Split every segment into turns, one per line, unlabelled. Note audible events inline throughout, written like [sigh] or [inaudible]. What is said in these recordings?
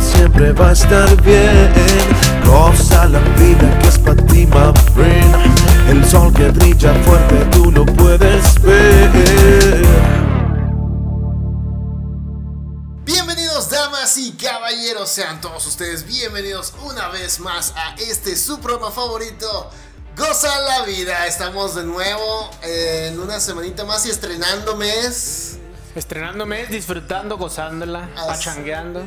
siempre va a estar bien. Goza la vida que es para ti, my friend. El sol que brilla fuerte, tú no puedes ver.
Bienvenidos damas y caballeros, sean todos ustedes bienvenidos una vez más a este su programa favorito, Goza la vida. Estamos de nuevo eh, en una semanita más y estrenando mes.
Estrenándome, disfrutando, gozándola,
Así-
pachangueando.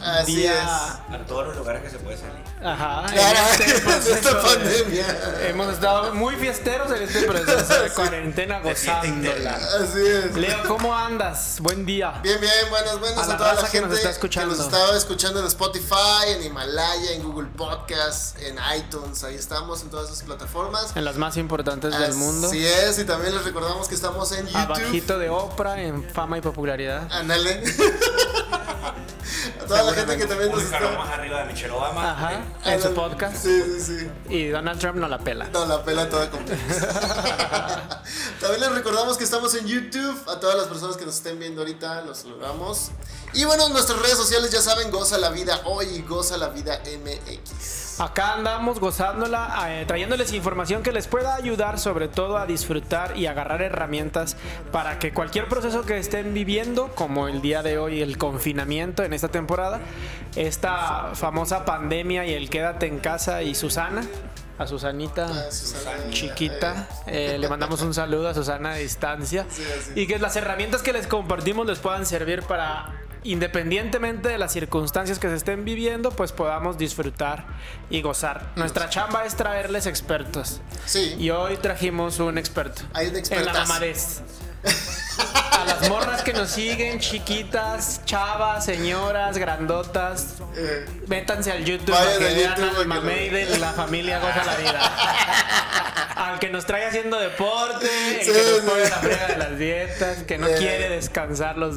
Así
Día-
A todos los lugares que se puede salir.
Ajá.
es.
en
Claro,
este
[laughs] de esta
proceso de-
pandemia.
Hemos estado muy fiesteros en
[laughs]
este proceso de cuarentena gozándola.
Así es.
Leo, ¿cómo andas? Buen día.
Bien, bien, buenas,
A
buenas a,
la
toda la
raza que
gente
nos está escuchando.
que nos está escuchando en Spotify, en Himalaya, en Google Podcast, en iTunes, ahí estamos en todas esas plataformas.
En las más importantes del mundo.
Así es, y también les recordamos que estamos en YouTube.
Abajito de Oprah en fama y popularidad.
Ándale. a toda la gente que también nos
Un escalón
está.
más arriba de Michelle Obama. eh,
Ajá.
a
En su
la-
podcast.
Sí, sí, sí.
Y Donald Trump no la pela.
No, la pela toda
[laughs]
completa. También les recordamos que estamos en YouTube. A todas las personas que nos estén viendo ahorita, los saludamos. Y bueno, en nuestras redes sociales ya saben, Goza la Vida Hoy y Goza la Vida MX.
Acá andamos gozándola, eh, trayéndoles información que les pueda ayudar sobre todo a disfrutar y agarrar herramientas para que cualquier proceso que estén viviendo, como el día de hoy, el confinamiento en esta temporada, esta famosa pandemia y el quédate en casa y Susana, a Susanita
Ah, Susana,
chiquita, eh, le mandamos un saludo a Susana a distancia
Sí, así.
y que las herramientas que les compartimos les puedan servir para independientemente de las circunstancias que se estén viviendo, pues podamos disfrutar y gozar. Nuestra chamba es traerles expertos
Sí.
y hoy trajimos un experto.
Hay un
En la
expertazo.
mamadez. A las morras que nos siguen, chiquitas, chavas, señoras, grandotas,
Eh,
Métanse al YouTube
Vayan
para que
al
vean
YouTube
al
para que
mamey
lo
de la familia goza
[laughs]
la vida. al que nos trae haciendo deporte, el
Sí,
que nos
sí.
pone la prueba de las dietas, que no
Eh.
quiere descansar los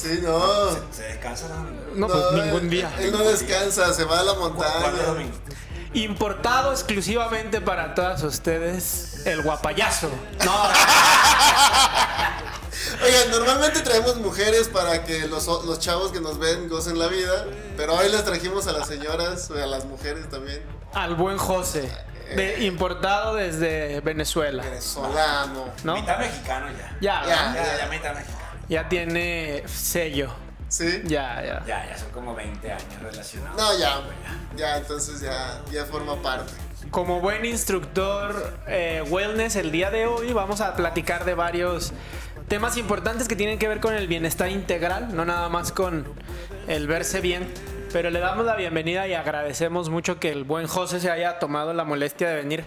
[laughs] sí, no.
Se descansa los domingos.
No, pues
No, eh,
ningún
él-
día.
Él no descansa, se va a la
¿Cuándo
montaña.
domingo?
eh.
Importado exclusivamente para todas ustedes, el guapayazo. No,
Oigan, normalmente traemos mujeres para que los, los chavos que nos ven gocen la vida, pero hoy les trajimos a las señoras, a las mujeres también.
al buen José.
Eh.
de- importado desde Venezuela.
Venezolano.
¿No?
Mitad mexicano ya.
Ya,
Eh. Ya.
ya,
Ya, ya mitad mexicano.
ya tiene sello.
¿Sí?
Ya, ya.
Ya, ya son como 20 años relacionados.
No, ya. Ya, entonces ya, ya forma parte.
Como buen instructor eh, wellness, el día de hoy vamos a platicar de varios temas importantes que tienen que ver con el bienestar integral, no nada más con el verse bien. Pero le damos la bienvenida y agradecemos mucho que el buen José se haya tomado la molestia de venir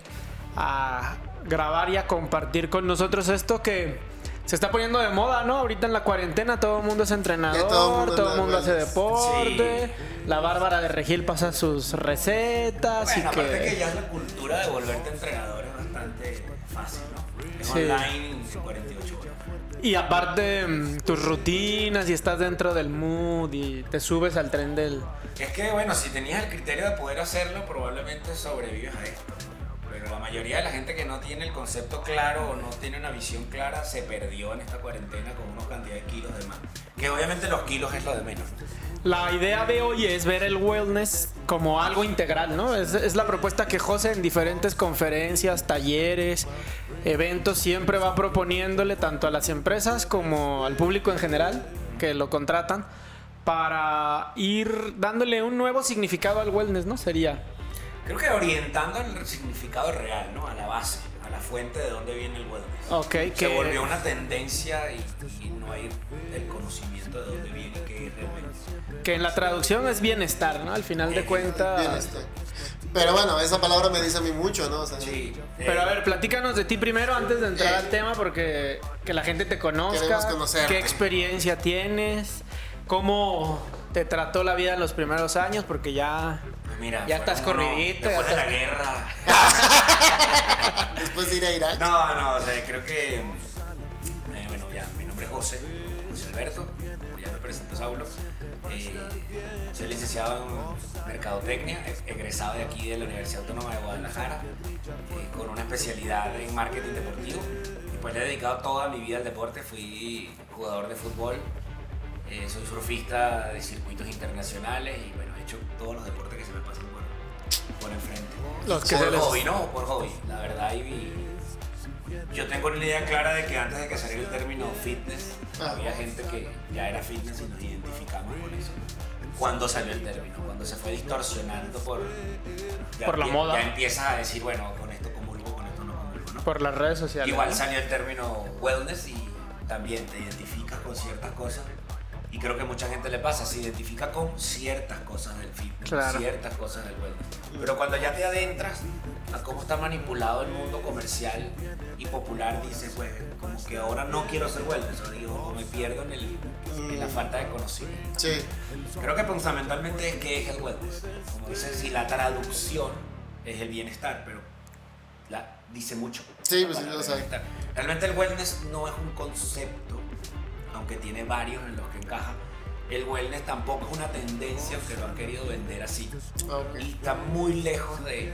a grabar y a compartir con nosotros esto que se está poniendo de moda, ¿no? Ahorita en la cuarentena todo el mundo es entrenador,
todo el
todo
mundo anda
el mundo, hace
wellness.
deporte.
Sí.
La Bárbara de Regil pasa sus recetas
Bueno,
y
aparte que ya la cultura de volverte entrenador es bastante fácil, ¿no? Es
Sí.
online en 48 horas.
Y aparte, mm, tus rutinas y estás dentro del mood y te subes al tren del.
Es que, bueno, si tenías el criterio de poder hacerlo, probablemente sobrevives a esto. Pero la mayoría de la gente que no tiene el concepto claro o no tiene una visión clara se perdió en esta cuarentena con una cantidad de kilos de más. Que obviamente los kilos es lo de menos.
La idea de hoy es ver el wellness como algo integral, ¿no? Es, es la propuesta que José en diferentes conferencias, talleres, eventos siempre va proponiéndole tanto a las empresas como al público en general que lo contratan para ir dándole un nuevo significado al wellness, ¿no? Sería.
Creo que orientando el significado real, ¿no? A la base, a la fuente de dónde viene el wellness.
Ok,
Se
que-
volvió una tendencia y, y no hay el conocimiento de dónde viene y qué es realmente.
Que en la traducción es bienestar, ¿no? Al final de
Bien,
cuentas.
este. Pero bueno, esa palabra me dice a mí mucho, ¿no? O sea,
Sí.
Pero a ver, platícanos de ti primero antes de entrar
Eh.
al tema porque que la gente te
Queremos
conozca,
conocerte.
qué experiencia tienes, cómo te trató la vida en los primeros años porque ya
Mira,
Ya estás
fueron unos-
corridito, ya
Después de la
estás-
guerra.
Después de ir a Irak.
No, no, o sea, creo que. eh, bueno, ya, mi nombre es José, José Alberto, ya me presento Saulo. Eh, soy licenciado en Mercadotecnia, e- egresado de aquí de la Universidad Autónoma de Guadalajara, eh, con una especialidad en marketing deportivo. Y pues le he dedicado toda mi vida al deporte, fui jugador de fútbol, Eh, soy surfista de circuitos internacionales y bueno, he hecho todos los deportes que se me pasan por, por enfrente.
Los que se
por
les-
hobby, ¿no? Por hobby, la verdad. Y, y yo tengo una idea clara de que antes de que saliera el término fitness,
Ah.
había gente que ya era fitness y nos identificamos con eso. Cuando salió el término, cuando se fue distorsionando por, ya
Por la
empie-
moda.
Ya empiezas a decir, bueno, con esto comulgo, con esto no comulgo, ¿no?
Por las redes sociales.
Igual
¿no?
salió el término wellness y también te identificas con ciertas cosas. Y creo que mucha gente le pasa, se identifica con ciertas cosas del fitness,
Claro.
ciertas cosas del wellness. Pero cuando ya te adentras a cómo está manipulado el mundo comercial y popular, dices, pues, como que ahora no quiero ser wellness, o digo, o me pierdo en, el- en
Mm.
la falta de conocimiento.
Sí.
Creo que fundamentalmente es que es el wellness. Como dicen, si la traducción es el bienestar, pero la, dice mucho.
Sí,
la
pues sí,
palabra
lo sabe.
bienestar. Realmente el wellness no es un concepto, aunque tiene varios en los que encaja. El wellness tampoco es una tendencia, aunque lo han querido vender así.
Ah, Ok.
Y está muy lejos de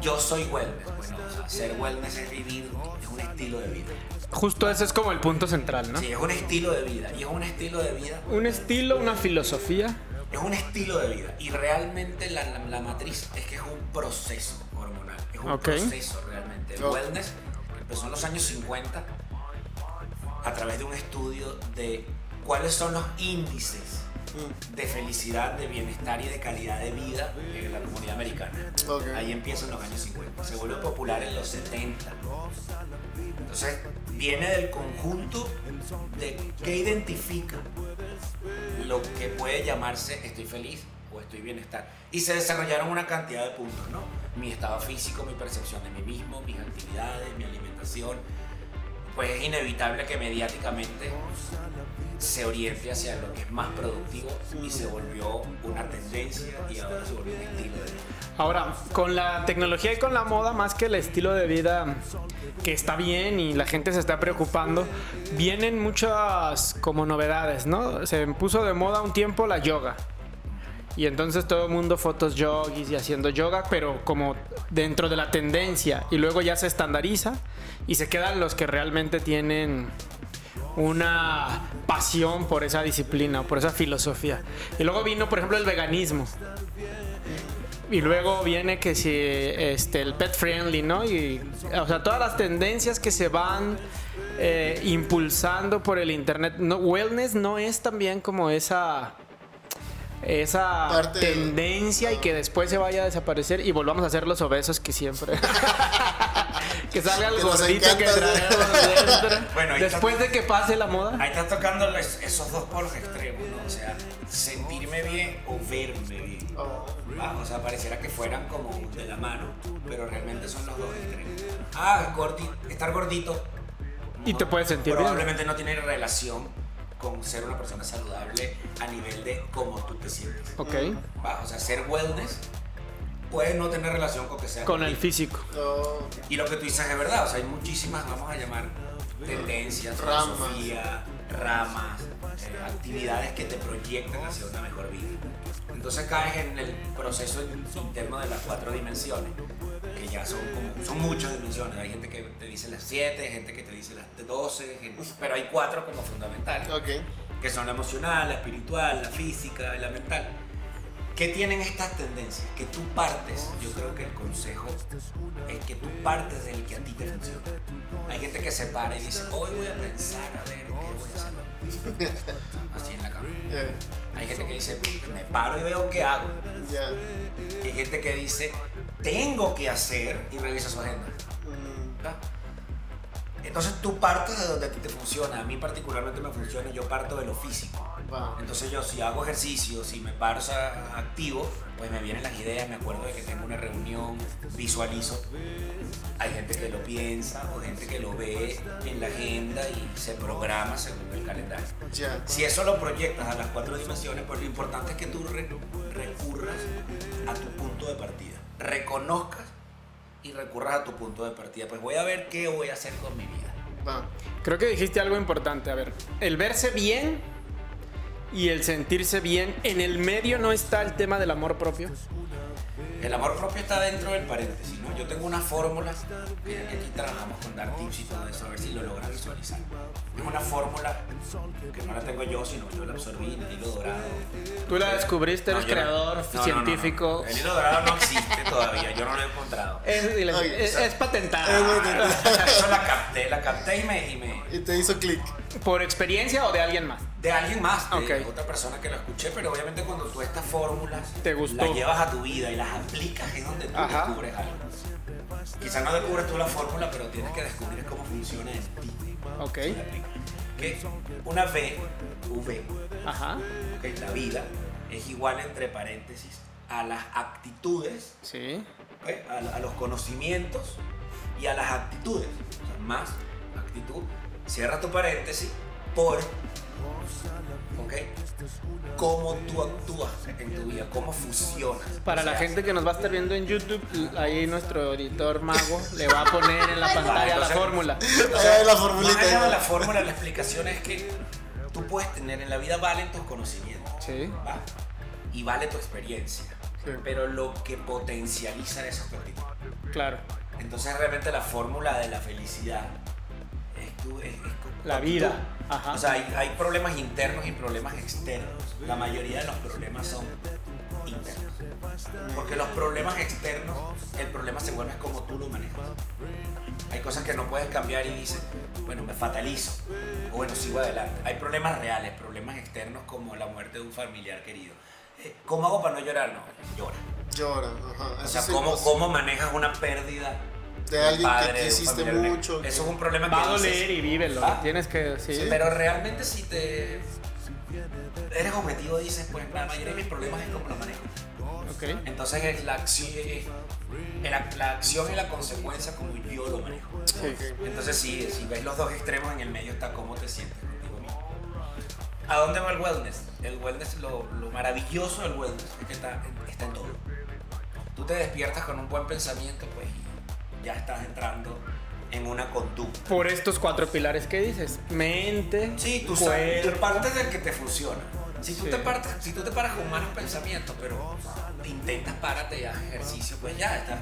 yo soy wellness. Bueno, o sea, ser wellness es vivir, es un estilo de vida.
Justo ese es como el punto central, ¿no?
Sí, es un estilo de vida. Y es un estilo de vida
Un estilo, una filosofía.
Es un estilo de vida y realmente la, la- la matriz es que es un proceso hormonal, es un
Ok.
proceso realmente. El
Ok.
wellness empezó en los años 50 a través de un estudio de cuáles son los índices de felicidad, de bienestar y de calidad de vida en la comunidad americana.
Ok.
Ahí empieza en los años 50, se vuelve popular en los 70. Entonces viene del conjunto de qué identifica lo que puede llamarse estoy feliz o estoy bienestar. Y se desarrollaron una cantidad de puntos, ¿no? Mi estado físico, mi percepción de mí mismo, mis actividades, mi alimentación. Pues es inevitable que mediáticamente se oriente hacia lo que es más productivo y se volvió una tendencia y ahora se volvió un estilo de vida.
Ahora, con la tecnología y con la moda, más que el estilo de vida que está bien y la gente se está preocupando, vienen muchas como novedades, ¿no? Se puso de moda un tiempo la yoga. Y entonces todo el mundo fotos yogis y haciendo yoga, pero como dentro de la tendencia. Y luego ya se estandariza y se quedan los que realmente tienen una pasión por esa disciplina, por esa filosofía. Y luego vino, por ejemplo, el veganismo. Y luego viene que si este, el pet friendly, ¿no? Y, o sea, todas las tendencias que se van eh, impulsando por el internet. No, wellness no es también como esa esa
Parte de-
tendencia y que después se vaya a desaparecer y volvamos a ser los obesos que siempre. [laughs] que salga el
Que nos
gordito que
encanta, ¿no?
traemos dentro.
Bueno, ahí
después
está-
de que pase la moda.
Ahí estás tocando los- esos dos polos extremos, ¿no? O sea, sentirme bien o verme bien.
Oh.
Ah, o sea, pareciera que fueran como de la mano, pero realmente son los dos extremos. Ah, gordi- estar gordito.
Y te puedes sentir bien.
Probablemente no tiene relación con ser una persona saludable a nivel de cómo tú te sientes.
Ok.
Va, O sea, ser wellness puede no tener relación con que sea
Con el
gordito.
físico.
No.
Y lo que tú dices es verdad, o sea, hay muchísimas, vamos a llamar, tendencias,
Ramas.
filosofía, ramas, eh, actividades que te proyectan hacia una mejor vida. Entonces caes en el proceso interno de las cuatro dimensiones, que ya son como, son muchas dimensiones. Hay gente que te dice las siete, hay gente que te dice las doce, gente- pero hay cuatro como fundamentales
Ok.
que son la emocional, la espiritual, la física, la mental. ¿Qué tienen estas tendencias? Que tú partes, yo creo que el consejo es que tú partes del que a ti te funciona. Hay gente que se para y dice, hoy voy a pensar a ver qué voy a hacer. [laughs] Así en la cama.
Ya.
Hay gente que dice, me paro y veo qué hago.
Ya.
Y hay gente que dice, tengo que hacer y revisa su agenda.
Mm,
¿verdad? Entonces tú partes de donde a ti te funciona. A mí particularmente me funciona, yo parto de lo físico.
Va.
Entonces yo si hago ejercicio, si me paro o sea, activo, pues me vienen las ideas, me acuerdo de que tengo una reunión, visualizo. Hay gente que lo piensa o gente que lo ve en la agenda y se programa según el calendario.
Ya.
Si eso lo proyectas a las cuatro dimensiones, pues lo importante es que tú re- recurras a tu punto de partida. Reconozcas y recurras a tu punto de partida. Pues voy a ver qué voy a hacer con mi vida.
Va.
Creo que dijiste algo importante. A ver, el verse bien y el sentirse bien. En el medio no está el tema del amor propio.
El amor propio está dentro del paréntesis, ¿no? Yo tengo una fórmula, que que aquí trabajamos con dar tips y todo eso, a ver si lo logran visualizar. Es una fórmula que no la tengo yo, sino yo la absorbí en el hilo dorado.
Tú la descubriste, eres
yo no-
creador,
no, no, no,
científico.
no. El hilo dorado no existe todavía, yo no lo he
[laughs]
encontrado.
Es, dile,
Oye,
es-
o sea,
es patentada.
es patentada.
Yo la capté, la capté y me, y me-
Y te hizo clic.
¿Por experiencia o de alguien más?
de alguien más, de
Ok.
otra persona que la escuché, pero obviamente cuando tú estas fórmulas
Te gustó.
las llevas a tu vida y las aplicas es donde tú
Ajá.
descubres algo. Quizás no descubres tú la fórmula, pero tienes que descubrir cómo funciona en ti.
Ok.
la aplica. Que una V, V,
Ajá.
ok, la vida, es igual entre paréntesis a las actitudes
Sí.
¿ok? pues, a, a los conocimientos y a las actitudes. O sea, más actitud. Cierra tu paréntesis por. ¿Ok? Cómo tú actúas en tu vida, cómo fusionas.
Para
O
la
sea,
gente que nos va a estar viendo en YouTube, ahí nuestro editor mago le va a poner en la pantalla la
entonces-
fórmula.
Ahí va la
Más allá de la
formulita.
fórmula, la explicación es que tú puedes tener en la vida valen tus conocimientos.
Sí.
¿va? Y vale tu experiencia.
Sí.
Pero lo que potencializan esos actitudes.
Claro.
Entonces realmente la fórmula de la felicidad es, tu- es- es tu
La
actitud.
vida. Ajá.
O sea, hay, hay problemas internos y problemas externos. La mayoría de los problemas son internos. Porque los problemas externos, el problema se vuelve como tú lo manejas. Hay cosas que no puedes cambiar y dices, bueno, me fatalizo. O bueno, sigo adelante. Hay problemas reales, problemas externos como la muerte de un familiar querido. Eh, ¿Cómo hago para no llorar? No, llora.
Llora. Ajá.
O
Eso
sea,
sí,
¿cómo,
pues,
cómo manejas una pérdida
De
un
alguien
padre,
que
de un
quisiste
familiar?
mucho.
Eso es un problema
Va a
que dices,
doler y vívelo.
ah,
Tienes que. Sí.
sí, Pero realmente si te eres objetivo dices, pues la mayoría de mis problemas es como lo manejo.
Ok.
Entonces es la acción, es- es la, la acción y la consecuencia como yo lo manejo.
Sí.
Entonces sí, si ves los dos extremos en el medio está cómo te sientes contigo mismo. ¿A dónde va el wellness? El wellness, lo, lo maravilloso del wellness es que está, está en todo. Tú te despiertas con un buen pensamiento, pues y ya estás entrando en una conducta.
Por estos cuatro pilares que dices: mente,
Sí, tú, sabes, tú
cuerpo.
partes del que te funciona. Si tú,
Sí.
te partes, si tú te paras con malos pensamientos, pero intentas párate y haz ejercicio, pues ya estás,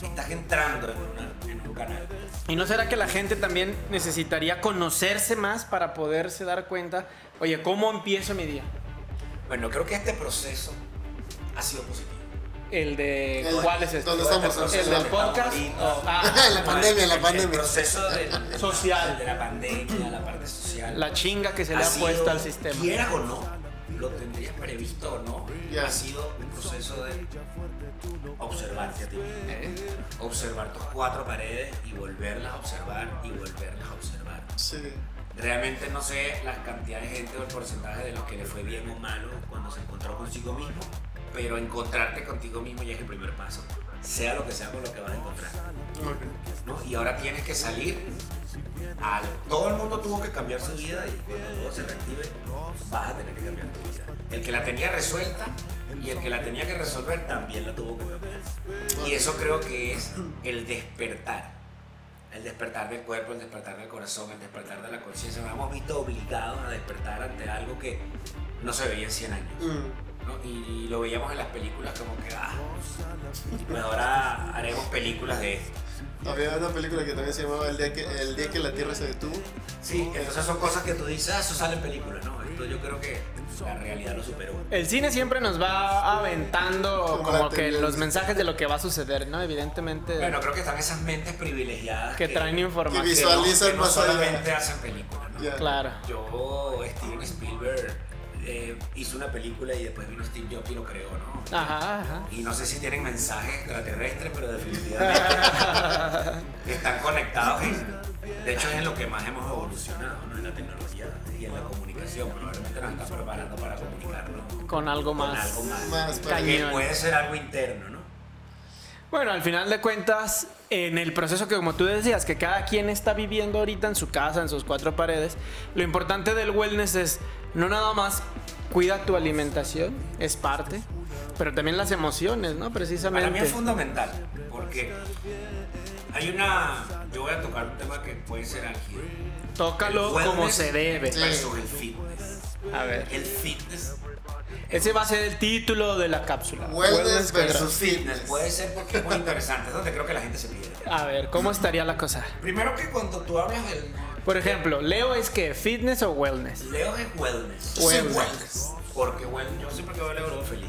estás entrando en, una- en un canal.
¿Y no será que la gente también necesitaría conocerse más para poderse dar cuenta, oye, ¿cómo empiezo mi día?
Bueno, creo que este proceso ha sido positivo.
El de...
El-
¿Cuál es este?
¿dónde
Todo este
estamos?
proceso
¿El del
de
podcast?
Tamborito.
Oh, ah,
[laughs]
La pandemia, la
El
pandemia.
proceso del- del-
Social.
de la pandemia, la parte social.
la chinga que se le
ha
ha
sido,
puesto al sistema.
Quieras o no, lo tendrías previsto o no,
Ya.
ha sido un proceso de observarte a ti mismo.
Eh,
Observar tus cuatro paredes y volverlas a observar y volverlas a observar.
Sí.
Realmente no sé la cantidad de gente o el porcentaje de los que le fue bien o malo cuando se encontró consigo mismo, pero encontrarte contigo mismo ya es el primer paso, sea lo que sea con lo que vas a encontrar. ¿no? Y ahora tienes que salir a algo. Todo el mundo tuvo que cambiar su vida y cuando todo se reactive vas a tener que cambiar tu vida. El que la tenía resuelta y el que la tenía que resolver también la tuvo que cambiar. Y eso creo que es el despertar. El despertar del cuerpo, el despertar del corazón, el despertar de la conciencia. Nos hemos visto obligados a despertar ante algo que no se veía en 100 años.
Mm.
¿no? Y, y lo veíamos en las películas como que, ah, pues ahora haremos películas de esto.
Había una película que también se llamaba El día que, el día que la Tierra se detuvo.
Sí, entonces son cosas que tú dices, ah, eso sale en películas, ¿no? Esto yo creo que la realidad lo superó.
El cine siempre nos va aventando
Como la
como que
tendencia.
los mensajes de lo que va a suceder, ¿no? Evidentemente
Bueno, creo que están esas mentes privilegiadas
que traen
que
información.
visual- Visualizan
que no
más allá.
solamente hacen películas, ¿no?
Ya.
Claro.
Yo, Steven Spielberg, eh, hizo una película y después vino Steve Jobs y lo creó, ¿no?
Ajá, ajá.
Y no sé si tienen mensajes extraterrestres, pero definitivamente están conectados. en- de hecho, es en lo que más hemos evolucionado, ¿no? En la tecnología y en la comunicación. Probablemente nos están preparando para comunicarnos
Con algo
con
más.
algo más.
Más para-
Cañón.
Que puede ser algo interno, ¿no?
Bueno, al final de cuentas, en el proceso que como tú decías, que cada quien está viviendo ahorita en su casa, en sus cuatro paredes, lo importante del wellness es no nada más cuida tu alimentación, es parte, pero también las emociones, ¿no? Precisamente.
Para mí es fundamental, porque hay una. Yo voy a tocar un tema que puede ser álgido. El
Tócalo
wellness
como se debe.
Versus el fitness.
A ver.
El fitness
Ese va a ser el título de la cápsula.
Wellness
con
versus
Pues
fitness.
Puede ser porque es muy interesante, es donde creo que la gente se pierde.
gra- A ver, ¿cómo estaría la cosa?
Primero que cuando tú hablas del
Por ejemplo, Leo es que fitness o wellness.
Leo es wellness.
Yo soy
Wellness.
wellness.
Porque bueno, yo siempre que veo a Leo lo veo feliz.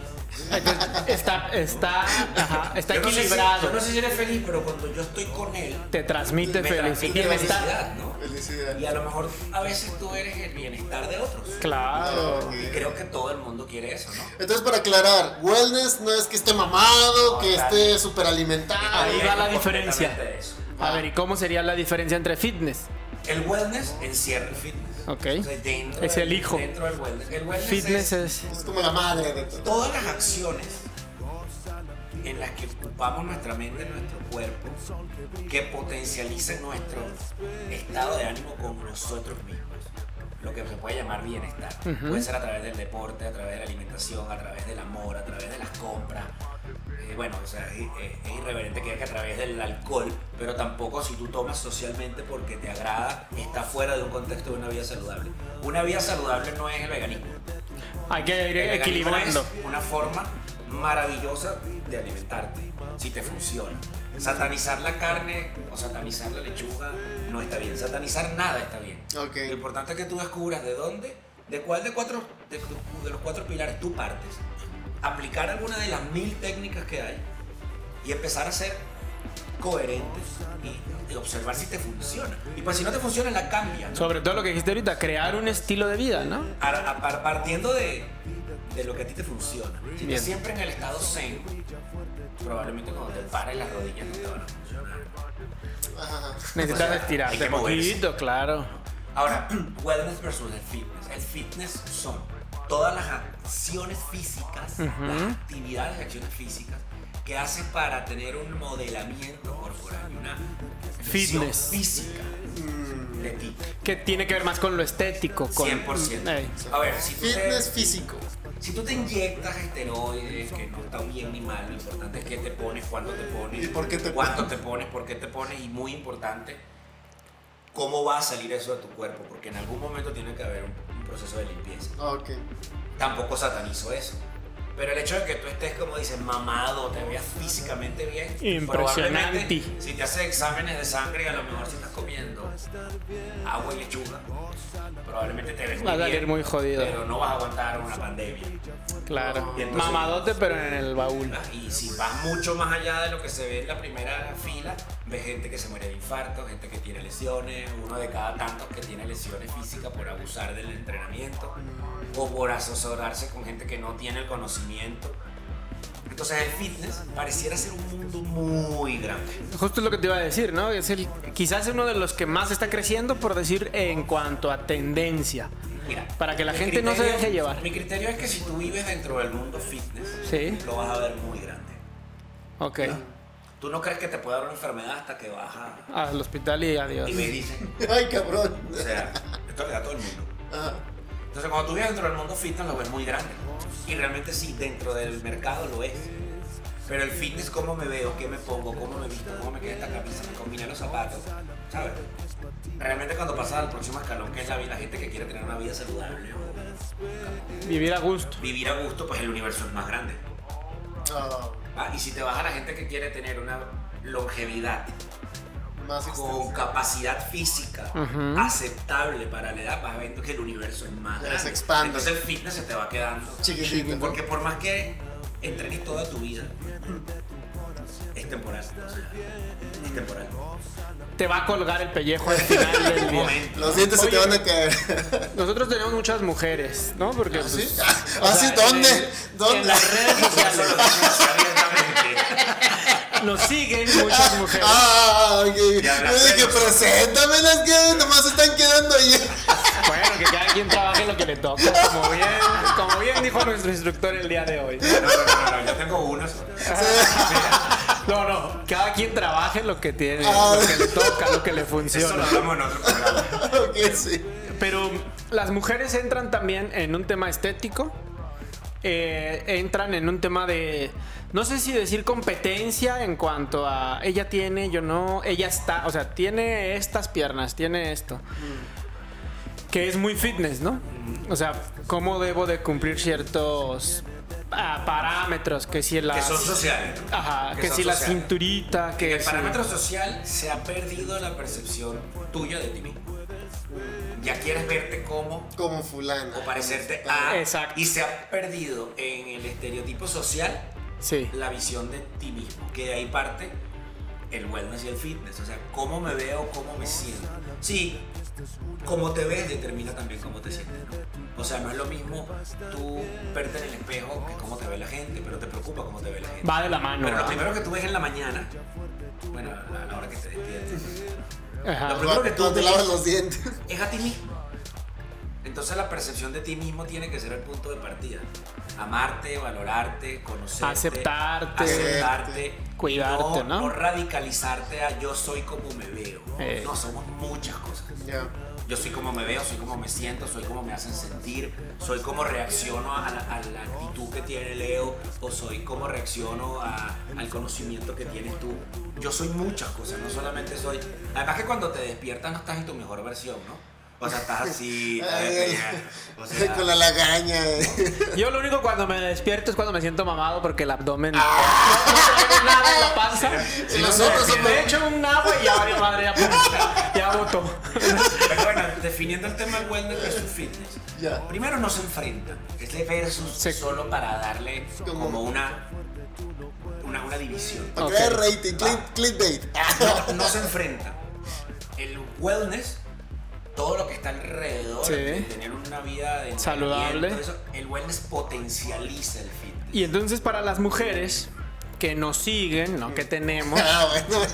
Entonces, está está, ajá, está
Yo no sé si-
equilibrado.
yo no sé si eres feliz, pero cuando yo estoy con él,
Te transmite
me
felicidad.
transmite felicidad, ¿no?
Felicidad.
Y a lo mejor a veces tú eres el bienestar de otros.
Claro.
Ok.
Y creo que todo el mundo quiere eso, ¿no?
Entonces, para aclarar, wellness no es que esté mamado, que
Claro.
esté súper alimentado.
Ahí va la
Completamente
diferencia.
de eso.
A ver, ¿y
Ah.
cómo sería la diferencia entre fitness?
El wellness encierra el fitness.
Ok.
O sea, dentro
Es
del-
el hijo.
Dentro del wellness. El wellness
Fitness
Pues es
es.
Es como la madre de todo.
todas las acciones en las que ocupamos nuestra mente, nuestro cuerpo, que potencialicen nuestro estado de ánimo con nosotros mismos. Lo que se puede llamar bienestar. Puede ser a través del deporte, a través de la alimentación, a través del amor, a través de las compras. Eh, bueno, o sea, es, es- es irreverente que diga que a través del alcohol, pero tampoco si tú tomas socialmente porque te agrada, está fuera de un contexto de una vida saludable. Una vida saludable no es el veganismo.
Hay que ir
El veganismo
equilibrando.
es Eh, una forma maravillosa de alimentarte, si te funciona. Satanizar la carne o satanizar la lechuga no está bien. Satanizar nada está bien.
Ok.
Lo importante es que tú descubras de dónde, de cuál de, cuatro, de, de los cuatro pilares tú partes. Aplicar alguna de las mil técnicas que hay y empezar a ser coherentes y, y observar si te funciona. Y pues si no te funciona, la cambia. ¿no?
Sobre todo lo que dijiste ahorita, crear un estilo de vida, ¿no?
Ar- a- par- partiendo de, de lo que a ti te funciona. Si
Bien.
estás siempre en el estado zen, probablemente cuando te pares las rodillas no te van a funcionar.
Ajá.
Necesitas
Pues, hay
estirarte
que
un
moverse.
poquito, claro.
Ahora, [clears throat] wellness versus el fitness. El fitness son todas las acciones físicas, las actividades y acciones físicas que hacen para tener un modelamiento corporal y una visión
Fitness.
física de ti.
Que tiene que ver más con lo estético. Con,
100%.
Ey.
A ver, si tú te-
Fitness físico.
Si tú te inyectas esteroides, que no está bien ni mal, lo importante es qué te pones, cuándo te pones,
¿Y por qué te
cuánto
pones?
te pones, por qué te pones y muy importante, cómo va a salir eso de tu cuerpo, porque en algún momento tiene que haber un, un proceso de limpieza.
Ok.
Tampoco satanizo eso. Pero el hecho de que tú estés, como dices, mamado, te veas físicamente bien,
Impresionante.
probablemente, Si te haces exámenes de sangre, a lo mejor si estás comiendo agua y lechuga, probablemente te ves muy
Vas a salir
bien,
muy jodido.
Pero no vas a aguantar una pandemia.
Claro.
Y entonces-
Mamadote, pero en el baúl.
Y si vas mucho más allá de lo que se ve en la primera fila, ves gente que se muere de infarto, gente que tiene lesiones, uno de cada tantos que tiene lesiones físicas por abusar del entrenamiento o por asesorarse con gente que no tiene el conocimiento. Entonces el fitness pareciera ser un mundo muy grande.
Justo es lo que te iba a decir, ¿no? Es el quizás uno de los que más está creciendo, por decir, en cuanto a tendencia.
Mira,
Para que la
mi
gente no se deje llevar.
Mi criterio es que si tú vives dentro del mundo fitness,
Sí.
lo vas a ver muy grande.
Ok.
Tú no crees que te puede dar una enfermedad hasta que vas a...
Al hospital y adiós.
Y me dicen,
Ay, cabrón.
o sea, esto le da a todo el mundo.
Ajá.
Entonces, cuando tú vives dentro del mundo fitness, lo ves muy grande. Y realmente sí, dentro del mercado lo es. Pero el fitness, cómo me veo, qué me pongo, cómo me visto, cómo me queda esta camisa, me combina los zapatos, ¿sabes? Realmente cuando pasas al próximo escalón, que es la, vida- la gente que quiere tener una vida saludable o
Vivir a gusto.
vivir a gusto, pues el universo es más grande.
Ah,
Ah, Y si te vas a la gente que quiere tener una longevidad,
más
con
extenso.
capacidad física aceptable para la edad, vas viendo que el universo es más
Ya se
grande.
expande.
Entonces el fitness se te va quedando
Chiquitito, ¿no?
Porque por más que entrenes toda tu vida, es temporal. o sea, es temporal.
Te va a colgar el pellejo al
[laughs]
final del
Un
día.
momento.
Los dientes se te
Oye.
van a caer.
Nosotros tenemos muchas mujeres, ¿no? Porque
¿Ah, sí?
pues,
¿Ah,
o
sí?
sea,
¿Dónde?
en el-
¿Dónde?
En las redes
Eso lo
sociales
digo así abiertamente.
nos siguen
[laughs]
muchas mujeres.
Ah, ok. Yo
Ya hablaste
dije,
de eso.
preséntamelas que nomás están quedando ahí. [laughs]
Bueno, que cada quien trabaje lo que le toca, como bien, como bien dijo nuestro instructor el día de hoy.
No, no, no, no, yo tengo uno solo.
[laughs] No, no, cada quien trabaje lo que tiene,
Ah.
lo que le toca, lo que le
Eso lo
funciona.
hablamos en otro programa.
ok, sí.
Pero las mujeres entran también en un tema estético. eh, entran en un tema de, no sé si decir competencia en cuanto a ella tiene, yo no, ella está, o sea, tiene estas piernas, tiene esto. que es muy fitness, ¿no? O sea, cómo debo de cumplir ciertos ah, parámetros, que si la
que son sociales. ¿no?
ajá, que,
son
si la
sociales.
cinturita, que
El
si-
parámetro social se ha perdido la percepción tuya de ti mismo. Ya quieres verte como
Como fulano.
o parecerte a.
Exacto.
Y se ha perdido en el estereotipo social
Sí.
la visión de ti mismo, que de ahí parte el wellness y el fitness, o sea, cómo me veo, cómo me siento. Sí, cómo te ves determina también cómo te sientes, ¿no? O sea, no es lo mismo tú verte en el espejo que cómo te ve la gente, pero te preocupa cómo te ve la gente.
Va de la mano.
Pero lo
¿verdad?
primero que tú ves en la mañana, bueno, a la hora que te despiertes,
Ajá.
lo primero que tú
Cuando te
ves-
lavas los dientes. [laughs]
es a ti mismo. Entonces la percepción de ti mismo tiene que ser el punto de partida. Amarte, valorarte, conocerte.
Aceptarte.
Aceptarte.
Cuidarte, ¿no?
No radicalizarte a yo soy como me veo.
Eh.
No, somos muchas cosas.
Ya.
Yo soy como me veo, soy como me siento, soy como me hacen sentir, soy como reacciono a la, a la actitud que tiene Leo o soy como reacciono a- al conocimiento que tienes tú. Yo soy muchas cosas, no solamente soy... Además que cuando te despiertas no estás en tu mejor versión, ¿no? O sea, estás así... estás
[laughs] Ay,
despeinado, o sea,
Con la lagaña. eh. [laughs]
Yo lo único cuando me despierto es cuando me siento mamado porque el abdomen. No, no se ve nada en la panza.
Ah. Sí, nosotros somos-
Me echo un agua y ya valió madre, ya, ya votó.
Pero bueno, definiendo el tema del wellness versus fitness.
Ya.
Primero no se enfrentan. Es de versus
Sí.
solo para darle
Como-
como una, una, una división.
Para
Ok. Ah.
crear rating. click- Clickbait. [laughs]
no, no se enfrenta. El wellness, todo lo que está alrededor,
Sí.
de tener una vida de
Saludable.
entrenamiento, eso, el wellness potencializa el fitness.
[laughs] Y entonces para las mujeres que nos siguen, ¿no? Que tenemos.
Ah, bueno.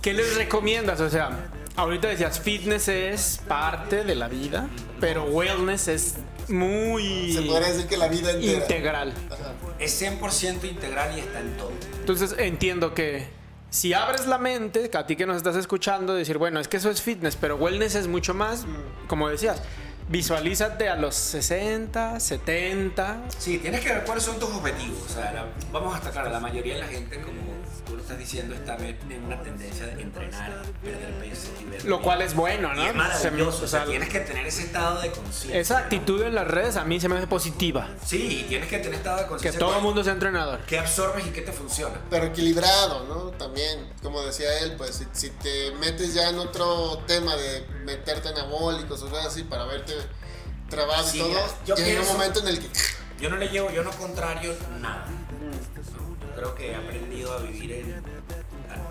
¿Qué les recomiendas? O sea, ahorita decías fitness es parte de la vida, pero wellness es muy
Se podría decir que la vida entera.
integral.
Ajá.
Es 100% integral y está en todo.
Entonces entiendo que si abres la mente, que a ti que nos estás escuchando, decir, bueno, es que eso es fitness, pero wellness es mucho más,
Mm.
como decías, visualízate a los 60, 70.
Sí, tienes que ver cuáles son tus objetivos. O sea, la- vamos a estar claro, la mayoría de la gente, como tú lo estás diciendo, está en una tendencia de entrenar, perder peso y ver.
Lo cual es bueno, ¿no?
Y es maravilloso.
Se-
o sea,
o sea,
tienes que tener ese estado de conciencia.
esa actitud en las redes a mí se me hace positiva.
Sí, y tienes que tener estado de
Que
conciencia.
todo el
cuál-
mundo sea entrenador.
¿Qué absorbes y qué te funciona?
Pero equilibrado, ¿no? También, como decía él, pues si, si te metes ya en otro tema de meterte anabólicos o cosas así para verte trabado
Sí,
y todo,
yo
llega
pienso-
un momento en el que [laughs]
Yo no le llevo, yo no contrario nada. Yo creo que he aprendido a vivir en.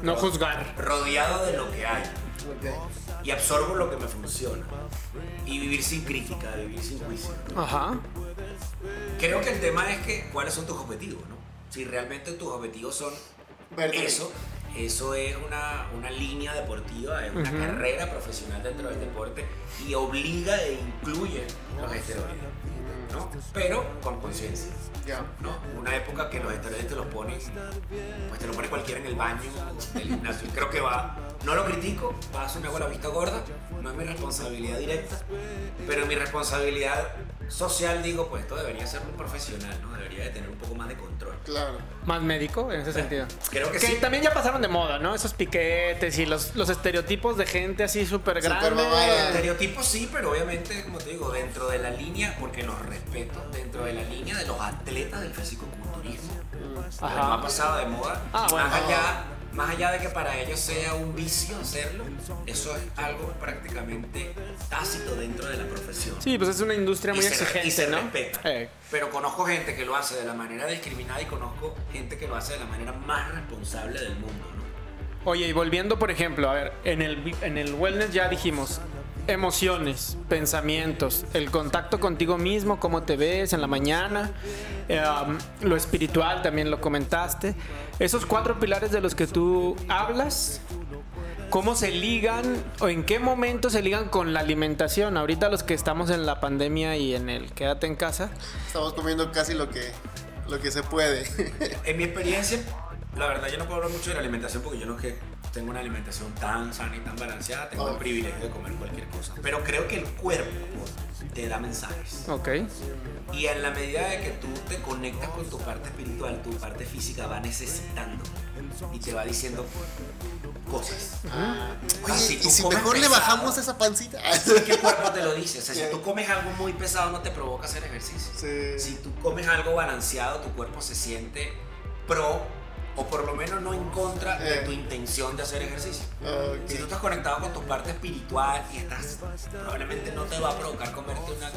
No juzgar.
Rodeado de lo que hay. Y absorbo lo que me funciona. Y vivir sin crítica, vivir sin juicio.
Ajá.
Creo que el tema es que cuáles son tus objetivos, ¿no? Si realmente tus objetivos son
Verte.
eso, eso es una, una línea deportiva, es una
Ujú.
carrera profesional dentro del deporte y obliga e incluye los esteroides, ¿no? Pero con conciencia.
ya.
¿no? Una época que los esteroides te los pones, pues te lo pone cualquiera en el baño del gimnasio. Creo que va, no lo critico, va a hacer una la vista gorda, no es mi responsabilidad directa, pero mi responsabilidad social, digo, pues esto debería ser un profesional, ¿no? Debería de tener un poco más de control.
Claro.
Más médico en ese sentido.
Creo que
Que
sí.
también ya pasaron de moda, ¿no? Esos piquetes y los, los estereotipos de gente así súper
Súper
grande.
mamada.
Estereotipos sí, pero obviamente, como te digo, dentro de la línea, porque los respeto, dentro de la línea de los atletas del fisicoculturismo, no
Ajá.
ha pasado de moda.
Ah, bueno.
más, allá, más allá de que para ellos sea un vicio hacerlo, eso es algo prácticamente tácito dentro de la profesión.
Sí, pues es una industria muy
Y se-
exigente,
y se
¿no?
respeta.
Eh,
Pero conozco gente que lo hace de la manera discriminada y conozco gente que lo hace de la manera más responsable del mundo, ¿no?
Oye, y volviendo, por ejemplo, a ver, en el, en el wellness ya dijimos emociones, pensamientos, el contacto contigo mismo, cómo te ves en la mañana, eh, um, lo espiritual también lo comentaste. Esos cuatro pilares de los que tú hablas, ¿cómo se ligan o en qué momento se ligan con la alimentación? Ahorita los que estamos en la pandemia y en el quédate en casa.
Estamos comiendo casi lo que lo que se puede.
En mi experiencia, la verdad yo no puedo hablar mucho de la alimentación porque yo no es que tengo una alimentación tan sana y tan balanceada, tengo el
Oh.
privilegio de comer cualquier cosa. Pero creo que el cuerpo te da mensajes.
Ok.
Y en la medida de que tú te conectas con tu parte espiritual, tu parte física va necesitando y te va diciendo cosas.
Oye,
Ah, si
y
tú
si
comes
mejor le
pesado.
bajamos esa pancita.
Es que el cuerpo te lo dice. O sea, si tú comes algo muy pesado no te provoca hacer ejercicio.
[laughs] Sí.
Si tú comes algo balanceado, tu cuerpo se siente pro o por lo menos no en contra de
Eh.
tu intención de hacer ejercicio.
Ok.
Si tú estás conectado con tu parte espiritual y estás, probablemente no te va a provocar comerte una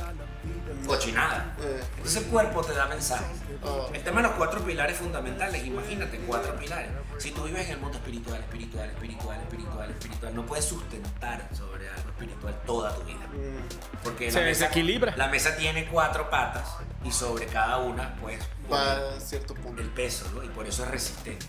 cochinada.
Eh.
Entonces el cuerpo te da mensajes.
Oh.
El tema de los cuatro pilares fundamentales, imagínate, cuatro pilares. Si tú vives en el mundo espiritual, espiritual, espiritual, espiritual, espiritual, no puedes sustentar sobre algo espiritual toda tu vida.
Mm,
Porque
Se desequilibra.
La mesa tiene cuatro patas y sobre cada una, pues,
Para cierto punto. Mm,
el peso, ¿no? Y por eso es resistente.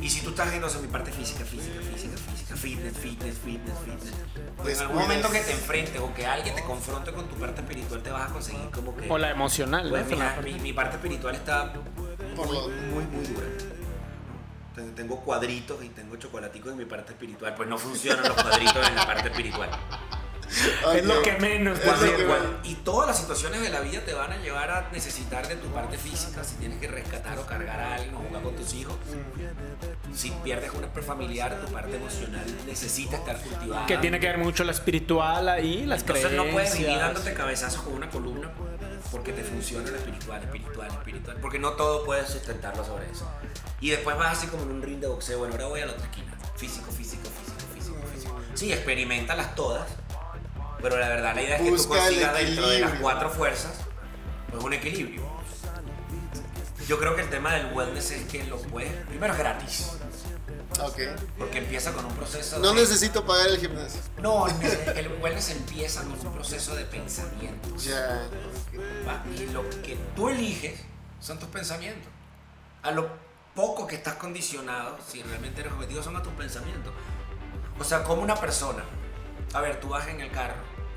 Y si tú estás en, o sea, mi parte física, física, física, física, fitness, fitness, fitness, fitness, pues en algún
Descuides.
momento que te enfrentes o que alguien te confronte con tu parte espiritual, te vas a conseguir como que...
O la emocional,
Pues,
¿no?
mira, mi, mi parte espiritual está
Por lo-
muy, muy dura. ¿no? Ten- Tengo cuadritos y tengo chocolaticos en mi parte espiritual. Pues no funcionan los cuadritos en la parte espiritual.
Ok.
Es lo que menos.
Es
Cuando-
lo que
cuando- y todas las situaciones de la vida te van a llevar a necesitar de tu parte física. Si tienes que rescatar o cargar a alguien o jugar con tus hijos. Si pierdes un familiar, tu parte emocional necesita estar cultivada.
Que tiene que ver mucho la espiritual ahí, las
Entonces
creencias.
no puedes vivir dándote cabezazos con una columna porque te funciona lo espiritual, espiritual, espiritual. Porque no todo puedes sustentarlo sobre eso. Y después vas así como en un ring de boxeo. Bueno, ahora voy a la otra esquina. Físico, físico, físico, físico, físico. Sí, experimentalas todas. Pero la verdad, la idea es que tú
Busca el
consigas dentro de las
equilibrio.
cuatro fuerzas pues un equilibrio. Yo creo que el tema del wellness es que lo puedes. Primero es gratis.
Ok.
Porque empieza con un proceso.
No
de-
necesito pagar el gimnasio.
no, el el wellness empieza con un proceso de pensamiento.
Ya.
¿va? Y lo que tú eliges son tus pensamientos. A lo poco que estás condicionado, si realmente eres objetivo, son a tus pensamientos. O sea, como una persona. A ver, tú vas en el carro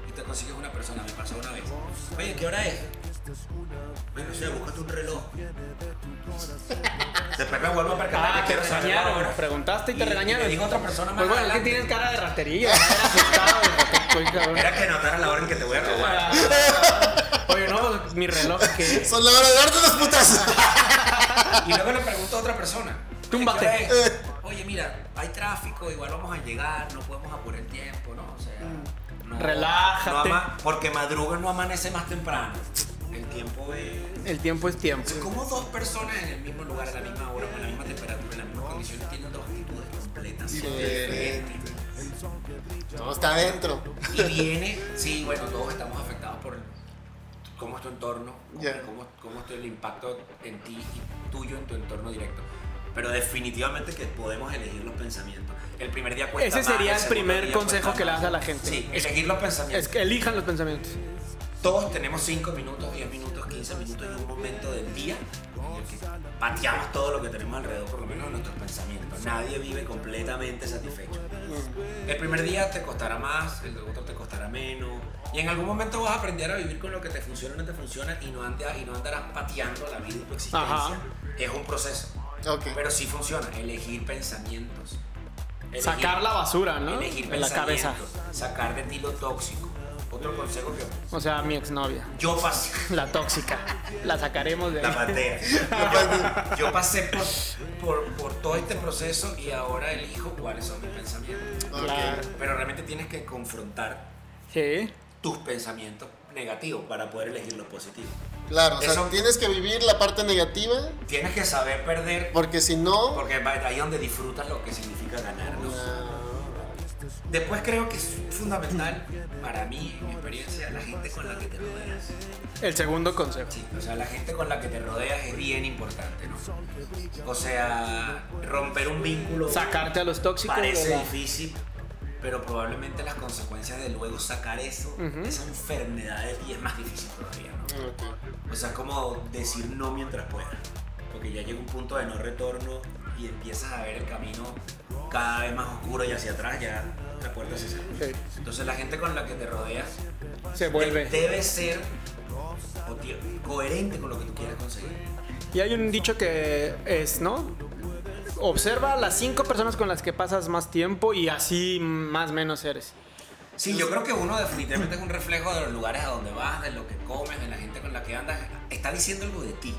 y te consigues una persona, me pasó una vez. Oye, ¿qué hora es? Bueno, o sea, búscate un reloj. Después me vuelvo a percatar
Ah,
que
te
quiero saber la
regañaron.
hora.
Preguntaste y te
Y- y
regañaron.
me dijo otra persona más
Pues bueno, es que
adelante.
tienes cara de ratería. ¿no? Asustado, hijo, estoy cabrón.
Era que notara la hora en que te voy a robar.
Ah, Oye, no, pues, mi reloj que
Son la hora de darte las putas.
Y luego le pregunto a otra persona.
Túmbate.
¿qué hora es? Oye, mira, hay tráfico, igual vamos a llegar, no podemos apurar el tiempo, ¿no? O sea, no-
Relájate.
no ama- porque madruga no amanece más temprano. El tiempo es.
el tiempo es tiempo.
Como dos personas en el mismo lugar, a la misma hora, con la misma temperatura, en las mismas condiciones, tienen dos actitudes completas diferentes.
No, está adentro.
Y viene, sí, bueno, todos estamos afectados por cómo es tu entorno, cómo,
Ya.
cómo, cómo es el impacto en ti y tuyo en tu entorno directo. Pero definitivamente que podemos elegir los pensamientos. El primer día cuesta
Ese
más,
sería el
segundo
primer
día
consejo
cuesta
que le
más.
das a la gente.
Sí, elegir los pensamientos.
Es que elijan los pensamientos.
Todos tenemos 5 minutos, 10 minutos, 15 minutos y un momento del día en el que pateamos todo lo que tenemos alrededor, por lo menos en nuestros pensamientos. Nadie vive completamente satisfecho. El primer día te costará más, el otro te costará menos. Y en algún momento vas a aprender a vivir con lo que te funciona o no te funciona y no, ande- y no andarás pateando la vida y tu existencia.
Ajá.
Es un proceso.
Ok.
Pero sí funciona. Elegir pensamientos. Elegir-
Sacar la basura, ¿no?
Elegir
De la cabeza.
pensamientos. Sacar de ti lo tóxico. Otro consejo que
O sea, mi exnovia.
yo pasé.
La tóxica. La sacaremos de
La
ahí.
patea. Yo pasé por, por, por todo este proceso y ahora elijo cuáles son mis pensamientos.
Ok.
Claro.
Pero realmente tienes que confrontar
Sí.
tus pensamientos negativos para poder elegir los positivos.
Claro, o sea,
Eso-
tienes que vivir la parte negativa
Tienes que saber perder
porque si no.
porque va- ahí es donde disfrutas lo que significa ganar. ¿no? Después creo que es fundamental para mí, en mi experiencia, la gente con la que te rodeas.
El segundo consejo.
Sí, o sea, la gente con la que te rodeas es bien importante, ¿no? O sea, romper un vínculo
Sacarte a los tóxicos. de
parece
la-
difícil, pero probablemente las consecuencias de luego sacar eso,
Ujú.
esa enfermedad de ti es más difícil todavía, ¿no?
Ok.
O sea, como decir no mientras pueda. Porque ya llega un punto de no retorno y empiezas a ver el camino cada vez más oscuro y hacia atrás ya la puerta se cierra.
Sí.
Entonces la gente con la que te rodeas
Se vuelve.
debe ser o ti- coherente con lo que tú quieres conseguir.
Y hay un dicho que es, ¿no? Observa las cinco personas con las que pasas más tiempo y así más menos eres.
Sí, yo creo que uno definitivamente es un reflejo de los lugares a donde vas, de lo que comes, de la gente con la que andas. Está diciendo algo de ti.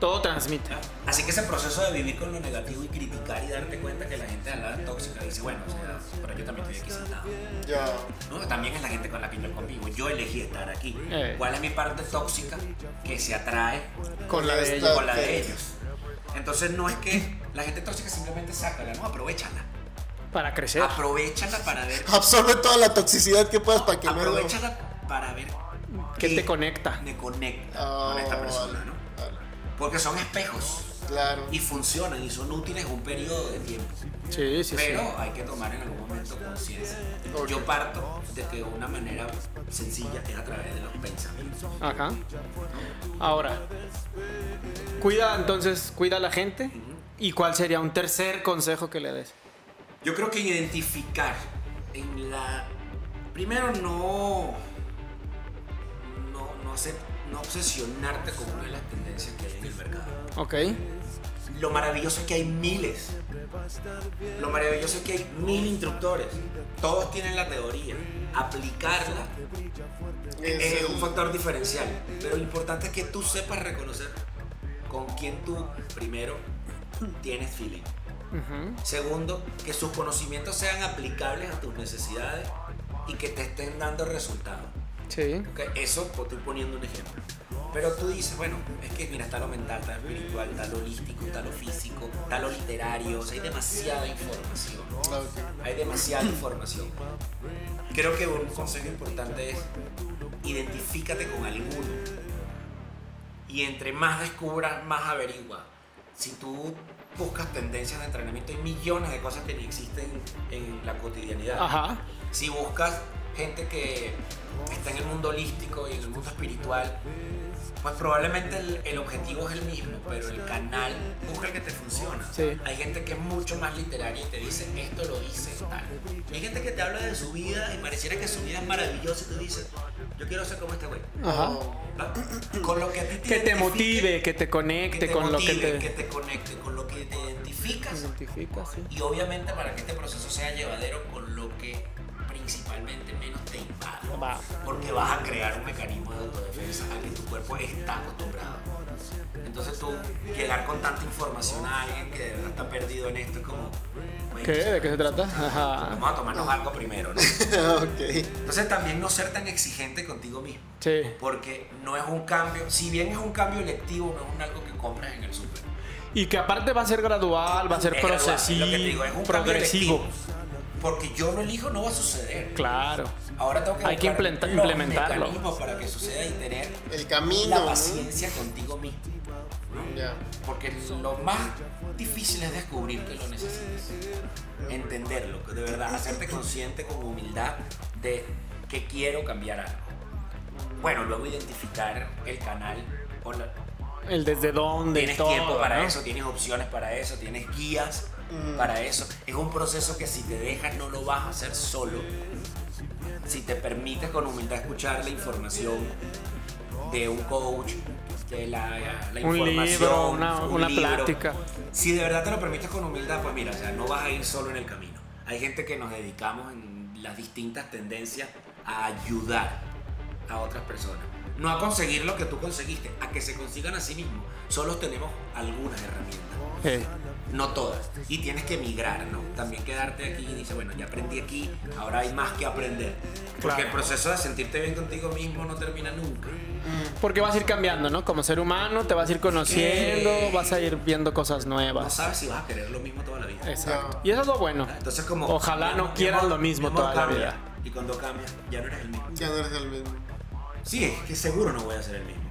Todo transmite.
Así que ese proceso de vivir con lo negativo y criticar y darte cuenta que la gente al lado es tóxica dice, bueno, o sea, pero yo también estoy aquí sentado.
Ya.
No, también es la gente con la que yo convivo. Yo elegí estar aquí.
Eh.
¿Cuál es mi parte tóxica que se atrae
Con la de
Esta-
ellos.
con la de ellos? Entonces no es que la gente tóxica simplemente sácala, no, aprovechala.
Para crecer.
Aprovechala para ver.
Absorbe toda la toxicidad que puedas para que luego.
Aprovechala para ver
¿Qué te conecta?
Me conecta
Ah,
con esta persona,
vale,
¿no?
vale.
Porque son espejos
Claro.
y funcionan y son útiles un periodo de tiempo.
Sí, sí, sí.
Pero hay que tomar en algún momento conciencia.
Ok.
Yo parto de que una manera sencilla es a través de los pensamientos.
Ajá. Ahora, cuida entonces, cuida a la gente. ¿Y cuál sería un tercer consejo que le des?
Yo creo que identificar en la. Primero, no. No, no, hacer- no obsesionarte con una de las tendencias que hay en el mercado.
Ok.
Lo maravilloso es que hay miles. Lo maravilloso es que hay mil instructores. Todos tienen la teoría. Aplicarla
Es
es eh, un
el-
factor diferencial. Pero lo importante es que tú sepas reconocer con quién tú, primero, tienes feeling.
Ujú.
Segundo, que sus conocimientos sean aplicables a tus necesidades y que te estén dando resultados.
Sí.
Ok, Eso pues, estoy poniendo un ejemplo. Pero tú dices, bueno, es que mira, está lo mental, está lo espiritual, está lo holístico, está lo físico, está lo literario, o sea, hay demasiada información.
Ok.
Hay demasiada información. Creo que un consejo importante es identifícate con alguno. Y entre más descubras, más averigua. Si tú buscas tendencias de entrenamiento, hay millones de cosas que ni existen en la cotidianidad.
Ajá.
Si buscas gente que está en el mundo holístico y en el mundo espiritual, pues probablemente el, el objetivo es el mismo, pero el canal busca el que te funciona.
Sí.
Hay gente que es mucho más literaria y te dice, esto lo dice tal. Y hay gente que te habla de su vida y pareciera que su vida es maravillosa y tú dices, yo quiero ser como este güey.
Ajá.
¿no? Con lo que a ti
Que te
identifique,
motive, que te
que
conecte
te
con
motive,
lo que te,
que te conecte, con lo que te identificas.
identifica, sí.
Y obviamente para que este proceso sea llevadero con lo que principalmente menos te invada.
Va.
Porque vas a crear un mecanismo de autodefensa al que tu cuerpo está acostumbrado. Entonces tú llegar con tanta información a alguien que de verdad está perdido en esto es como... "Güey,
¿Qué?
o sea,
¿De qué se trata? Ajá.
Vamos a tomarnos algo primero, ¿no?
[laughs] ok.
Entonces también no ser tan exigente contigo mismo.
Sí.
Porque no es un cambio, si bien es un cambio electivo, no es un algo que compras en el súper.
Y que aparte va a ser gradual, va a ser
Es gradual, es lo que te digo, es
procesivo,
un cambio
progresivo.
electivo. Porque yo lo elijo, no va a suceder.
Claro.
Ahora tengo que
Hay que
buscar
implenta-
los
implementarlo.
mecanismos para que suceda y tener
El camino.
la
¿no?
paciencia contigo mismo.
Ya.
Porque lo más difícil es descubrir que lo necesitas. Entenderlo, que de verdad, hacerte consciente con humildad de que quiero cambiar algo. Bueno, luego identificar el canal. o la-
El desde dónde,
tienes
todo,
tiempo para
¿no? Mm.
eso, tienes opciones para eso, tienes guías para eso. Es un proceso que si te dejas no lo vas a hacer solo. Si te permites con humildad escuchar la información de un coach, de la, la
Un
información,
libro, una-
un
una
libro.
plática.
Si de verdad te lo permites con humildad, pues mira, o sea, no vas a ir solo en el camino. Hay gente que nos dedicamos en las distintas tendencias a ayudar a otras personas. No a conseguir lo que tú conseguiste, a que se consigan a sí mismos. Solo tenemos algunas herramientas
Eh,
no todas. Y tienes que migrar, ¿no? También quedarte aquí y dices, bueno, ya aprendí aquí, ahora hay más que aprender.
Claro.
Porque el proceso de sentirte bien contigo mismo no termina nunca.
Porque vas a ir cambiando, ¿no? Como ser humano, te vas a ir conociendo,
Sí.
vas a ir viendo cosas
No
nuevas.
sabes si vas a querer lo mismo toda la vida.
Exacto. Y eso es lo bueno.
Entonces como...
Ojalá
mi
no
amor-
quieras
mi amor-
lo mismo
mi amor
toda la
cambia.
vida.
Y cuando cambias, ya no eres el mismo.
Ya no eres el mismo.
Sí, es que seguro no voy a ser el mismo.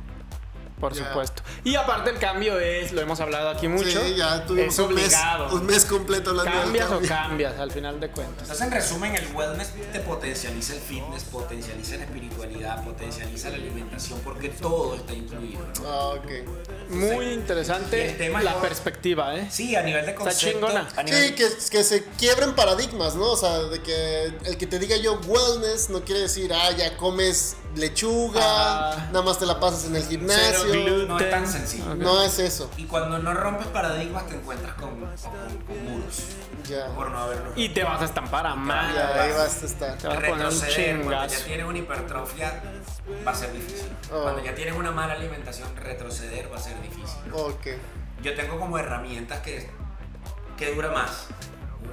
Por
Ya.
supuesto. Y aparte el cambio es, lo hemos hablado aquí mucho,
Sí, ya tuvimos
es
un mes,
obligado.
un mes completo hablando del
cambias o
cambio.
cambias al final de cuentas.
Entonces, en resumen, el wellness te potencializa el fitness, potencializa la espiritualidad, potencializa la alimentación, porque todo está incluido.
[laughs]
¿no?
Ah, ok.
Muy
Y
interesante
el tema
la
yo-
perspectiva, ¿eh?
Sí, a nivel de concepto.
chingona.
a nivel-
Sí, que, que se quiebren paradigmas, ¿no? O sea, de que el que te diga yo wellness no quiere decir, ah, ya comes lechuga,
Ah.
nada más te la pasas en el gimnasio. yo.
No es tan sencillo.
No es eso.
Y cuando no rompes paradigmas te encuentras con, con- con muros
Ya.
por no haberlo
Y te vas a estampar a madre.
Ya, ahí vas a estar.
Te vas a poner un
retroceder cuando ya
chingazo.
tienes una hipertrofia va a ser difícil.
Oh.
Cuando ya tienes una mala alimentación, retroceder va a ser difícil.
Ok.
Yo tengo como herramientas que, que dura más.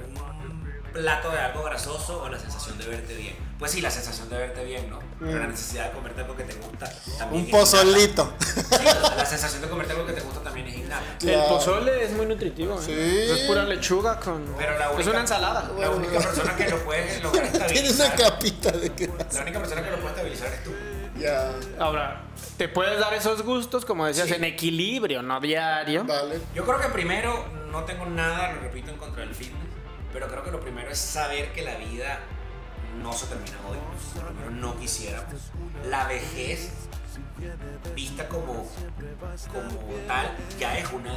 Un plato de algo grasoso o la sensación de verte bien. Pues sí, la sensación de verte bien, ¿no? Pero la necesidad de comerte algo que te gusta también.
Mm. Un
es innata.
pozolito.
Sí, o sea, la sensación de comerte algo que te gusta también es innata.
El pozole es muy nutritivo. ¿eh?
Sí.
Es pura lechuga con.
Pero la
Es
única-
una ensalada.
La única persona que lo puede lograr
[laughs] Tiene una
estabilizar.
capita de grasa.
La única persona que lo puede estabilizar es tú.
Ya.
Ahora, te puedes dar esos gustos, como decías,
Sí.
en equilibrio, no diario.
Vale.
Yo creo que primero, no tengo nada, lo repito, en contra del fitness, pero creo que lo primero es saber que la vida no se termina hoy, por lo menos no quisiéramos. La vejez, vista como, como tal, ya es una,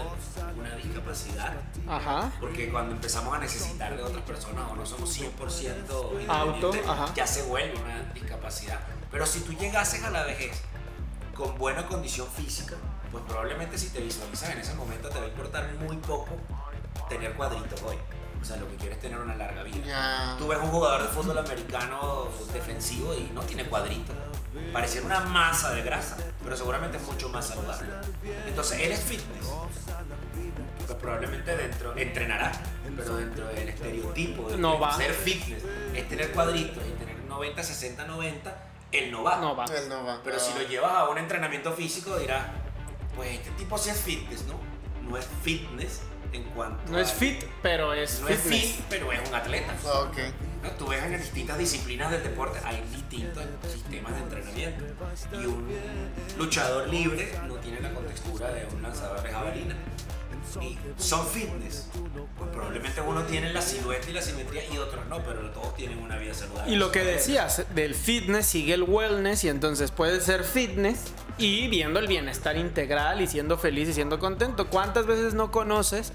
una discapacidad,
Ajá.
porque cuando empezamos a necesitar de otras personas o no somos 100%
Auto,
independientes,
ajá.
ya se vuelve una discapacidad. Pero si tú llegases a la vejez con buena condición física, pues probablemente si te visualizas en ese momento te va a importar muy poco tener cuadritos hoy. O sea, lo que quieres es tener una larga vida.
Ya.
Tú ves un jugador de fútbol americano defensivo y no tiene cuadritos. Pareciera una masa de grasa, pero seguramente es mucho más saludable. Entonces, él es fitness. Pues probablemente dentro, entrenará, pero dentro del estereotipo de
No va.
ser fitness es tener cuadritos y tener 90, 60, 90, él no va.
No va.
Él no va.
Pero si
Ah,
lo llevas a un entrenamiento físico dirás, pues este tipo sí es fitness, ¿no? No es fitness en cuanto
No es
a-
fit, pero es
No
fitness.
es fit, pero es un atleta.
ah,
Ok.
No, Tú ves en las distintas disciplinas del deporte, hay distintos sistemas de entrenamiento. Y un luchador libre no tiene la contextura de un lanzador de jabalina. Y son fitness. Pues probablemente uno tiene la silueta y la simetría y otros no, pero todos tienen una vida saludable.
Y lo que decías, del fitness sigue el wellness y entonces puedes ser fitness y viendo el bienestar integral y siendo feliz y siendo contento. ¿Cuántas veces no conoces?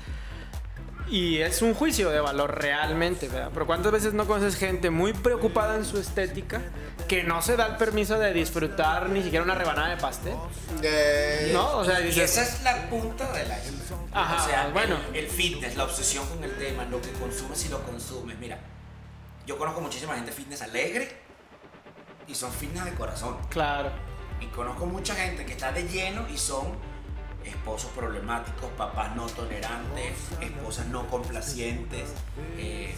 Y es un juicio de valor realmente, ¿verdad? Pero ¿cuántas veces no conoces gente muy preocupada en su estética que no se da el permiso de disfrutar ni siquiera una rebanada de pastel?
Eh,
De-
¿No? O sea,
Y esa
dices,
es la punta del iceberg.
Ajá,
o sea,
bueno.
El, el fitness, la obsesión con el tema, lo que consumes y lo consumes. Mira, yo conozco muchísima gente fitness alegre y son fitness de corazón.
claro,
Y conozco mucha gente que está de lleno y son esposos problemáticos, papás no tolerantes, esposas no complacientes. Eh,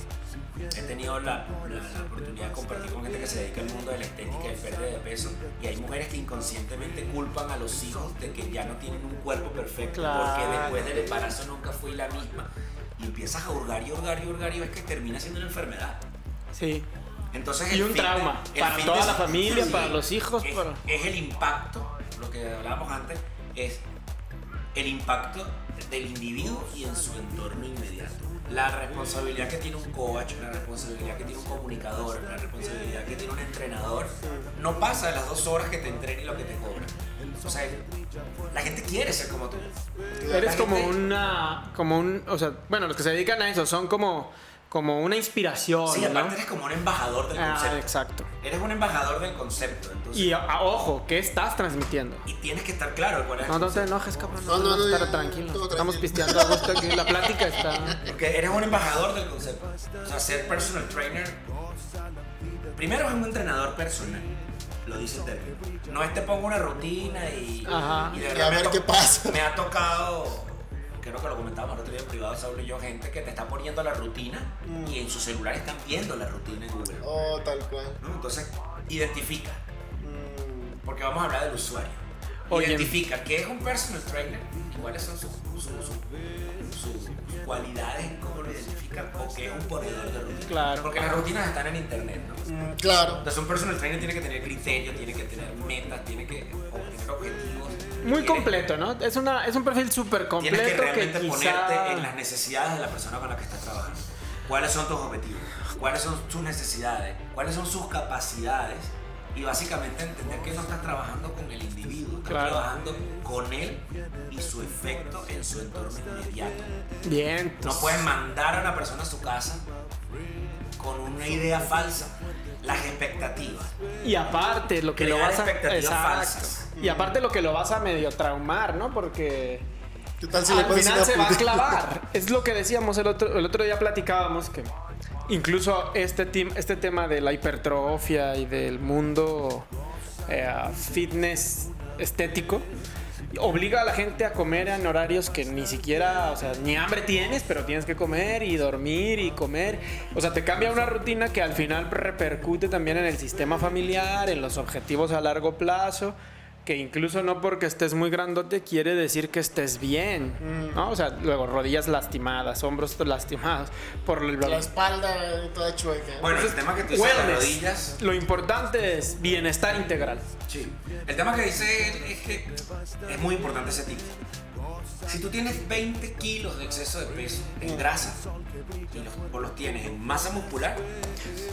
he tenido la, la- la oportunidad de compartir con gente que se dedica al mundo de la estética y el pérdida de peso. Y hay mujeres que inconscientemente culpan a los hijos de que ya no tienen un cuerpo perfecto porque
Claro.
después del embarazo nunca fui la misma. Y empiezas a hurgar y hurgar y hurgar y ves que termina siendo una enfermedad.
sí.
Entonces,
Y
el
un
fitness-
trauma
el
para toda
fitness-
la familia, para los hijos,
Es,
para-
es el impacto, lo que hablábamos antes, es el impacto del individuo y en su entorno inmediato. La responsabilidad que tiene un coach, la responsabilidad que tiene un comunicador, la responsabilidad que tiene un entrenador, no pasa de las dos horas que te entrena y lo que te cobra. O sea, la gente quiere ser como tú.
Eres
La
como
gente-
una, como un, o sea, bueno, los que se dedican a eso son como, como una inspiración,
Sí,
¿no?
aparte eres como un embajador del
Ah,
concepto.
exacto.
Eres un embajador del concepto. Entonces,
Y a- a- ojo, ¿qué estás transmitiendo?
Y tienes que estar claro cuál es el
No, no te
concepto.
enojes, cabrón.
No,
No,
no,
no,
no,
estar
ya,
tranquilos.
todo
Estamos
tranquilo.
pisteando a gusto aquí. La plática está.
Porque eres un embajador del concepto. O sea, ser personal trainer. Primero es un entrenador personal. Lo dice el término. No es te pongo una rutina y.
Ajá.
de
Y a
verdad me
ver
ha
qué
to-
pasa.
Me ha tocado. Creo que lo comentábamos el otro día en privado, Saulo y yo, gente que te está poniendo la rutina y en su celular están viendo la rutina en Google.
Oh, tal cual.
¿no? Entonces, identifica.
Mm,
Porque vamos a hablar del usuario.
Oye.
Identifica qué es un personal trainer y cuáles son sus, sus- sus- sus cualidades, cómo lo identifica o qué es un ponedor de rutina.
Claro.
Porque las rutinas están en internet, ¿no?
mm, claro.
Entonces un personal trainer tiene que tener criterio, tiene que tener metas, tiene que tener objetivos.
Muy
tiene-
completo, ¿no? Es, una, es un perfil súper
Tienes que
completo que,
realmente ponerte en las
quizá.
necesidades de la persona con la que estás trabajando. ¿Cuáles son tus objetivos? ¿Cuáles son tus necesidades? ¿Cuáles son sus capacidades? Y básicamente entender que no estás trabajando con el individuo, estás
Claro.
trabajando con él y su efecto en su entorno inmediato.
Bien. pues,
No puedes mandar a una persona a su casa con una idea falsa. Las expectativas.
Y aparte, lo que
Que
lo vas a.
expectativas
Exacto.
falsas.
Y aparte lo que lo vas a medio traumar, ¿no? Porque
¿Qué tal si le
al
pones
final
una
se va a
puta-
clavar. Es lo que decíamos el otro, el otro día platicábamos que incluso este, tim- este tema de la hipertrofia y del mundo eh, fitness estético obliga a la gente a comer en horarios que ni siquiera, o sea, ni hambre tienes, pero tienes que comer y dormir y comer. O sea, te cambia una rutina que al final repercute también en el sistema familiar, en los objetivos a largo plazo. Que incluso no porque estés muy grandote quiere decir que estés bien,
Mm.
¿no? O sea, luego rodillas lastimadas, hombros lastimados por el
[laughs] La espalda, eh, toda chueca.
Bueno, el tema que tú dices de las rodillas.
Wellness. Lo importante es bienestar integral.
Sí. El tema que dice él es que es muy importante ese tipo. Si tú tienes 20 kilos de exceso de peso en grasa y los, o los tienes en masa muscular,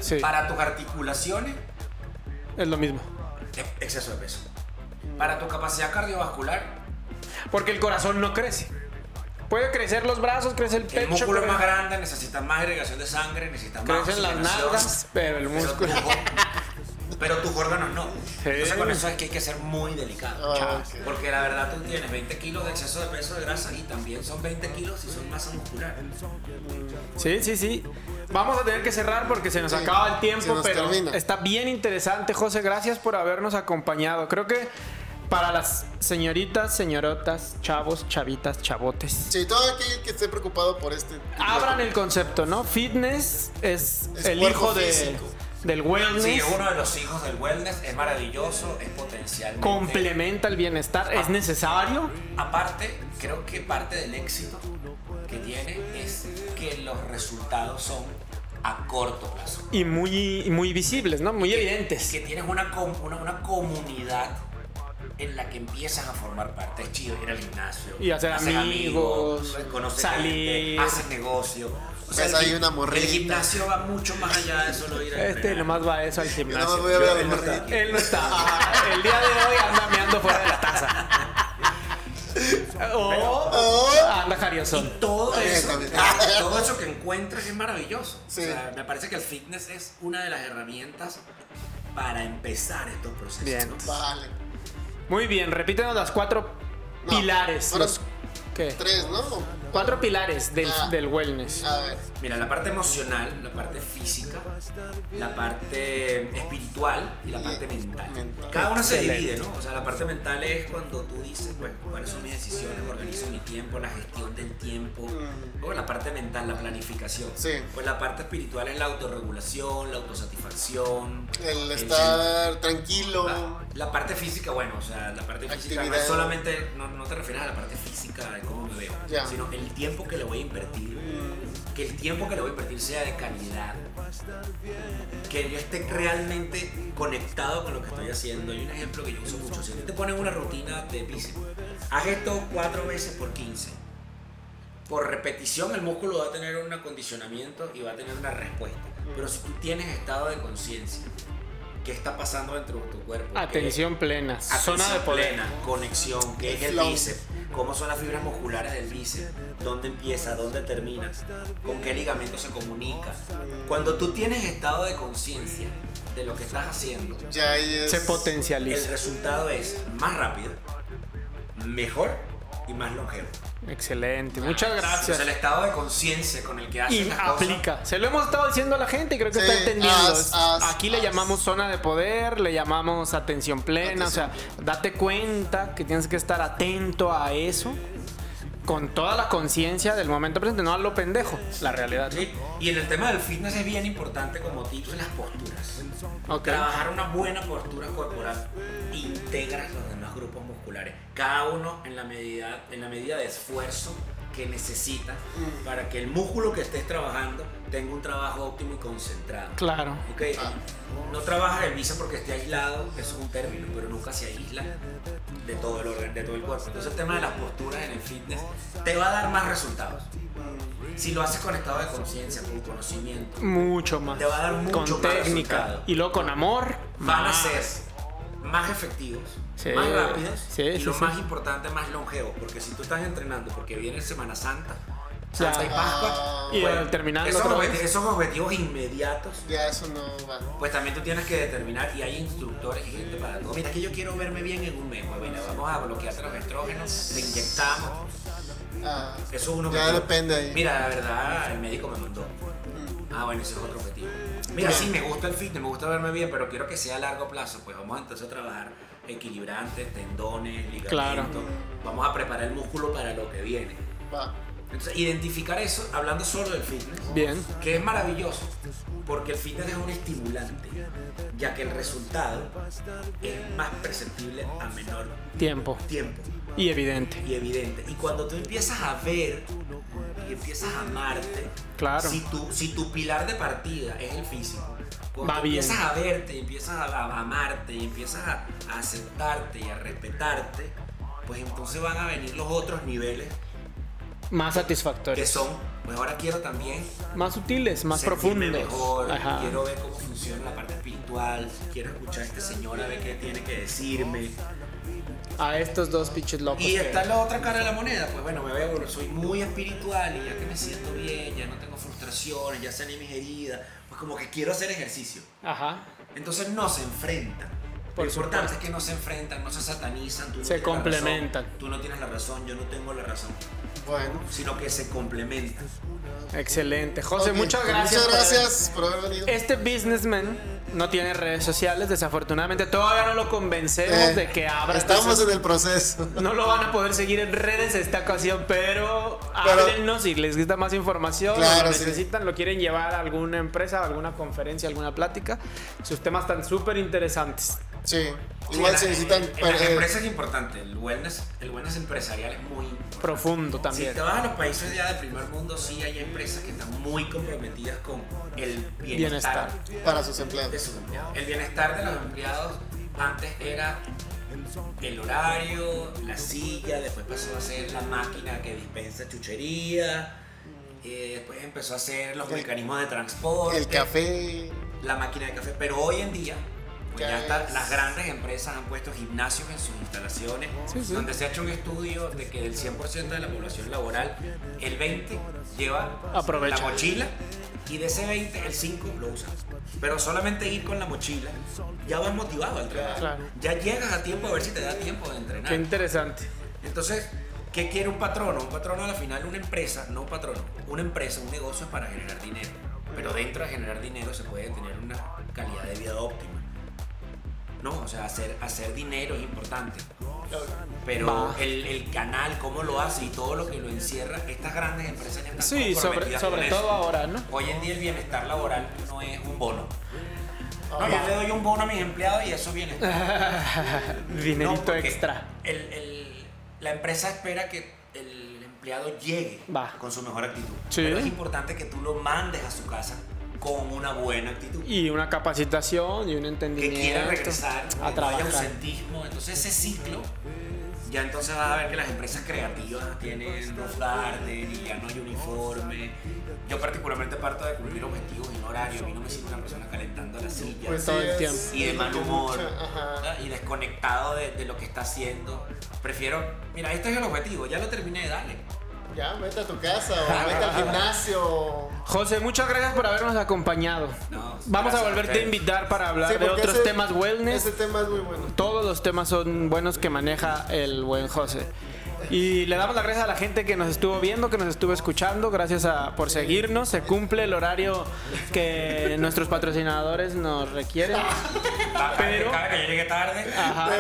Sí,
para tus articulaciones
es lo mismo.
es exceso de peso. Para tu capacidad cardiovascular,
Porque el corazón no crece. Puede crecer los brazos, crece el pecho.
el músculo es
pero-
más grande, necesitas más irrigación de sangre, necesitas más
Crecen las
oxigenación,
nalgas, pero el músculo.
Pero, tu- pero tus órganos no.
Sí.
Entonces con eso es que hay que ser muy delicado.
Ah,
chao.
ok.
Porque la verdad tú tienes 20 kilos de exceso de peso de grasa y también son 20 kilos y son masa muscular.
Sí, sí, sí. Vamos a tener que cerrar porque se nos
Sí,
acaba el
se
tiempo,
nos
pero
termina.
está bien interesante, José. Gracias por habernos acompañado. Creo que para las señoritas, señorotas, chavos, chavitas, chavotes.
Sí, todo aquel que esté preocupado por este.
Abran el concepto, ¿no? Fitness es,
Es
el
cuerpo
hijo de-
físico.
del wellness.
Sí, es uno de los hijos del wellness, es maravilloso, es potencial.
complementa el bienestar,
Ah.
es necesario.
Aparte, creo que parte del éxito que tiene es que los resultados son a corto plazo.
y muy, y muy visibles, ¿no? Muy evidentes.
que tienes una, com- una, una comunidad en la que empiezas a formar parte. Es chido ir al gimnasio.
Y hacer
haces
amigos,
conoces
salir.
gente, haces negocio. O
Ves
el
ahí
gi-
una morrita.
El gimnasio va mucho más allá de solo ir al
Este
entrenar.
nomás va
[laughs]
a eso al
Yo nada más
gimnasio.
voy a ver a
Yo-
la
él no está
morrita.
aquí.
Él no está. El día de hoy anda meando fuera de la taza. O
Oh.
anda jariosón.
Todo
Eh,
eso, ah,
también.
todo eso que encuentras es maravilloso.
Sí.
O sea, me parece que el fitness es una de las herramientas para empezar estos procesos.
Bien.
¿no?
Vale.
Muy bien, repítenos las cuatro
No,
pilares.
fueron
los- ¿Qué?
Tres, ¿no?
Cuatro pilares del,
Ah.
del wellness.
A ver.
Mira, la parte emocional, la parte física, la parte espiritual y la parte mental.
Mental.
Cada una se
Excelente.
divide, ¿no? O sea, la parte mental es cuando tú dices, bueno, cuáles son mis decisiones, organizo mi tiempo, la gestión del tiempo. O la parte mental, la planificación.
Sí.
Pues la parte espiritual es la autorregulación, la autosatisfacción.
El
estar
estar tranquilo.
la,
Ah.
la parte física, bueno, o sea, la parte física no es
Actividad.
solamente, no, no te refieres a la parte física de cómo me veo,
Ya.
sino el tiempo que le voy a invertir,
Mm,
que el tiempo que le voy a invertir sea de calidad, que yo esté realmente conectado con lo que estoy haciendo. Hay un ejemplo que yo uso mucho, si a ti te ponen una rutina de bíceps, haz esto cuatro veces por 15. Por repetición el músculo va a tener un acondicionamiento y va a tener una respuesta. Pero si tú tienes estado de conciencia, ¿qué está pasando dentro de tu cuerpo?
Ah,
¿Qué-
Atención plena,
Atención
zona de poder.
plena, conexión, que es el
Flow.
bíceps, cómo son las fibras musculares del bíceps, dónde empieza, dónde termina, con qué ligamento se comunica. Cuando tú tienes estado de conciencia de lo que estás haciendo,
Ya ahí es.
Se
el
potencializa.
resultado es más rápido, mejor y más longevo.
Excelente, muchas
O sea, el
gracias.
estado de conciencia con el que haces
Y
las cosas,
aplica. Se lo hemos estado diciendo a la gente y creo que
Sí,
está entendiendo.
haz, haz,
Aquí le
haz.
llamamos zona de poder, le llamamos atención plena. o sea, date cuenta que tienes que estar atento a eso con toda la conciencia del momento presente, no a lo pendejo, la realidad.
¿sí? Y en el tema del fitness es bien importante como tips las posturas.
Ok.
Trabajar una buena postura corporal integras los demás grupos musculares, cada uno en la medida, en la medida de esfuerzo que necesita
Mm.
para que el músculo que estés trabajando tenga un trabajo óptimo y concentrado.
Claro.
Ok, No trabajas el bíceps porque esté aislado, eso es un término, pero nunca se aísla de todo el órgano, de todo el cuerpo. Entonces el tema de las posturas en el fitness te va a dar más resultados.
Mm.
Si lo haces con estado de conciencia, con conocimiento,
Mucho más.
Te va a dar mucho
con
más
técnica.
resultado.
Y luego con amor.
van a
más.
ser más efectivos,
Sí,
más rápidos
sí,
y
sí,
lo
sí.
más importante, más longevos. Porque si tú estás entrenando, porque viene Semana Santa,
O sea,
Ah,
y
Bueno,
al terminar el
esos,
otro
obje-
mes.
esos objetivos inmediatos,
ya eso no va.
pues también tú tienes que determinar y hay instructores y gente para todo. Mira, que yo quiero verme bien en un mes. Pues mira, vamos a bloquearte los estrógenos, te inyectamos.
Ah,
Eso es uno
ya depende ahí. Mm.
Mira, la verdad, el médico me mandó. Ah, bueno, ese es otro objetivo. Mira, sí, me gusta el fitness, me gusta verme bien, pero quiero que sea a largo plazo. Pues vamos entonces a trabajar equilibrantes, tendones, ligamentos.
Claro.
Vamos a preparar el músculo para lo que viene.
Va.
Entonces, identificar eso, hablando solo del fitness,
Bien.
que es maravilloso, porque el fitness es un estimulante, ya que el resultado es más perceptible a menor
Tiempo.
tiempo
Y evidente.
y evidente. Y cuando tú empiezas a ver y empiezas a amarte,
Claro.
si, tu, si tu pilar de partida es el físico, cuando
Va
tú
bien.
empiezas a verte y empiezas a, a amarte y empiezas a, a aceptarte y a respetarte, pues entonces van a venir los otros niveles
Más
que
satisfactorios.
son, pues ahora quiero también
Más sutiles, más
sentirme
profundos.
mejor,
Ajá.
quiero ver cómo funciona la parte espiritual, quiero escuchar a este señor a ver qué tiene que decirme.
A estos dos pinches locos.
Y
que-
está la otra cara de la moneda, pues bueno, me veo, soy muy espiritual y ya que me siento bien, ya no tengo frustraciones, ya sané mis heridas, pues como que quiero hacer ejercicio.
Ajá.
Entonces no se enfrentan.
Por
Lo importante
supuesto.
es que no se enfrentan, no se satanizan, tú no
Se
tienes la razón,
complementan.
tú no tienes la razón, yo no tengo la razón,
Bueno.
sino que se complementan.
Excelente. José,
Ok,
muchas gracias. por-
Muchas gracias por haber venido.
Este businessman no tiene redes sociales, desafortunadamente. Todavía no lo convencemos
Eh,
de que abra.
Estamos
redes-
en el proceso. [laughs]
No lo van a poder seguir en redes esta ocasión, pero,
Pero-
háblenos si les gusta más información, o
Claro,
lo
sí.
necesitan, lo quieren llevar a alguna empresa, a alguna conferencia, a alguna plática. Sus temas están súper interesantes.
Sí. Igual
En
se
la-
necesitan.
En,
per-
las
eh,
empresas es importante, el wellness, el wellness empresarial es muy importante.
Profundo también.
Si te vas a los países ya de primer mundo, sí hay empresas que están muy comprometidas con el
Bienestar.
bienestar,
para sus
de
empleados.
sus empleados. El bienestar de los empleados antes era el horario, la silla, después pasó a ser la máquina que dispensa chuchería, eh, después empezó a ser los
El-
mecanismos de transporte,
El café.
la máquina de café, pero hoy en día pues
Ya
ya está-
es-
las grandes empresas han puesto gimnasios en sus instalaciones,
Sí, sí.
donde se ha hecho un estudio de que del 100% de la población laboral, el 20 lleva
Aprovecha.
la mochila y de ese 20 el 5 lo usa. Pero solamente ir con la mochila ya vas motivado al trabajo.
Claro.
Ya llegas a tiempo a ver si te da tiempo de entrenar.
Qué interesante.
Entonces, ¿qué quiere un patrono? Un patrono a la final, una empresa, no un patrono, una empresa, un negocio es para generar dinero. Pero dentro de generar dinero se puede tener una calidad de vida óptima. No, o sea, hacer, hacer dinero es importante. Pero
Va.
el, el canal, cómo lo hace y todo lo que lo encierra, estas grandes empresas ya están
Sí, sobre,
comprometidas con
sobre
eso.
todo ahora, ¿no?
Hoy en día el bienestar laboral no es un bono. No,
Ah,
yo le doy un bono a mis empleados y eso viene. No,
Dinerito
porque
extra.
el- el- la empresa espera que el empleado llegue
Va.
con su mejor actitud.
Sí.
Pero es importante que tú lo mandes a su casa con una buena actitud.
Y una capacitación y un
que
entendimiento.
quiera regresar,
a
que no haya
trabajar.
ausentismo. Entonces ese ciclo, ya entonces vas a ver que las empresas creativas tienen los garden y ya no hay uniforme. Yo particularmente parto de cumplir objetivos en horario. A mí no me sirve una persona calentando la silla
Pues
Todo
sí
el
es-
tiempo.
y de mal humor
Ajá.
¿verdad? y desconectado de, de lo que está haciendo. Prefiero, mira, este es el objetivo, ya lo terminé, dale.
Ya, vete a tu casa o vete al gimnasio.
José, muchas gracias por habernos acompañado.
No,
Vamos
gracias
a
a
volverte a
ustedes.
invitar para hablar
Sí,
de
porque
otros
ese-
temas wellness.
Ese tema es muy bueno.
Todos los temas son buenos que maneja el buen José. Y le damos las gracias a la gente que nos estuvo viendo, que nos estuvo escuchando. Gracias a, por seguirnos. Se cumple el horario que nuestros patrocinadores nos
[laughs]
requieren.
Va,
Pero- Ah.
Cabe que yo llegué tarde,
Ajá.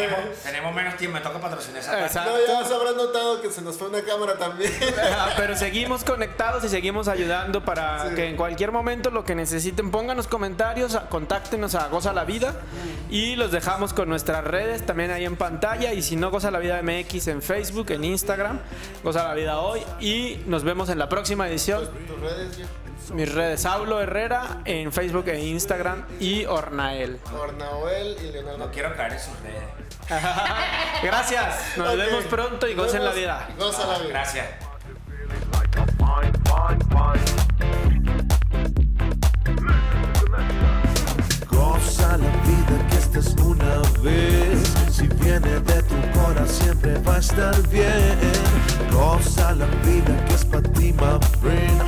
tenemos menos tiempo, me toca patrocinar esa tarde.
Exacto.
Eh, No, ya se habrán notado que se nos fue una cámara también. [laughs]
Ah, Pero seguimos conectados y seguimos ayudando para que en cualquier momento lo que necesiten, pónganos comentarios, a- contáctenos a Goza la Vida y los dejamos con nuestras redes también ahí en pantalla. Y si no, Goza la Vida MX en Facebook, en Instagram, Goza la Vida hoy. Y nos vemos en la próxima edición.
Tus redes, yo.
Mis redes, Saulo Herrera en Facebook e Instagram y Ornael. [laughs]
Ornaoel y Leonardo.
No quiero caer en sus redes.
Gracias, nos
Ok.
vemos pronto y
Nos
gocen la
vemos.
vida.
Goza la vida.
Ah, Gracias.
Fine, fine, fine. Goza la vida que esta es una vez. Si viene de tu corazón siempre va a estar bien. Goza la vida que es para ti, my friend.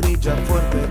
trilla fuerte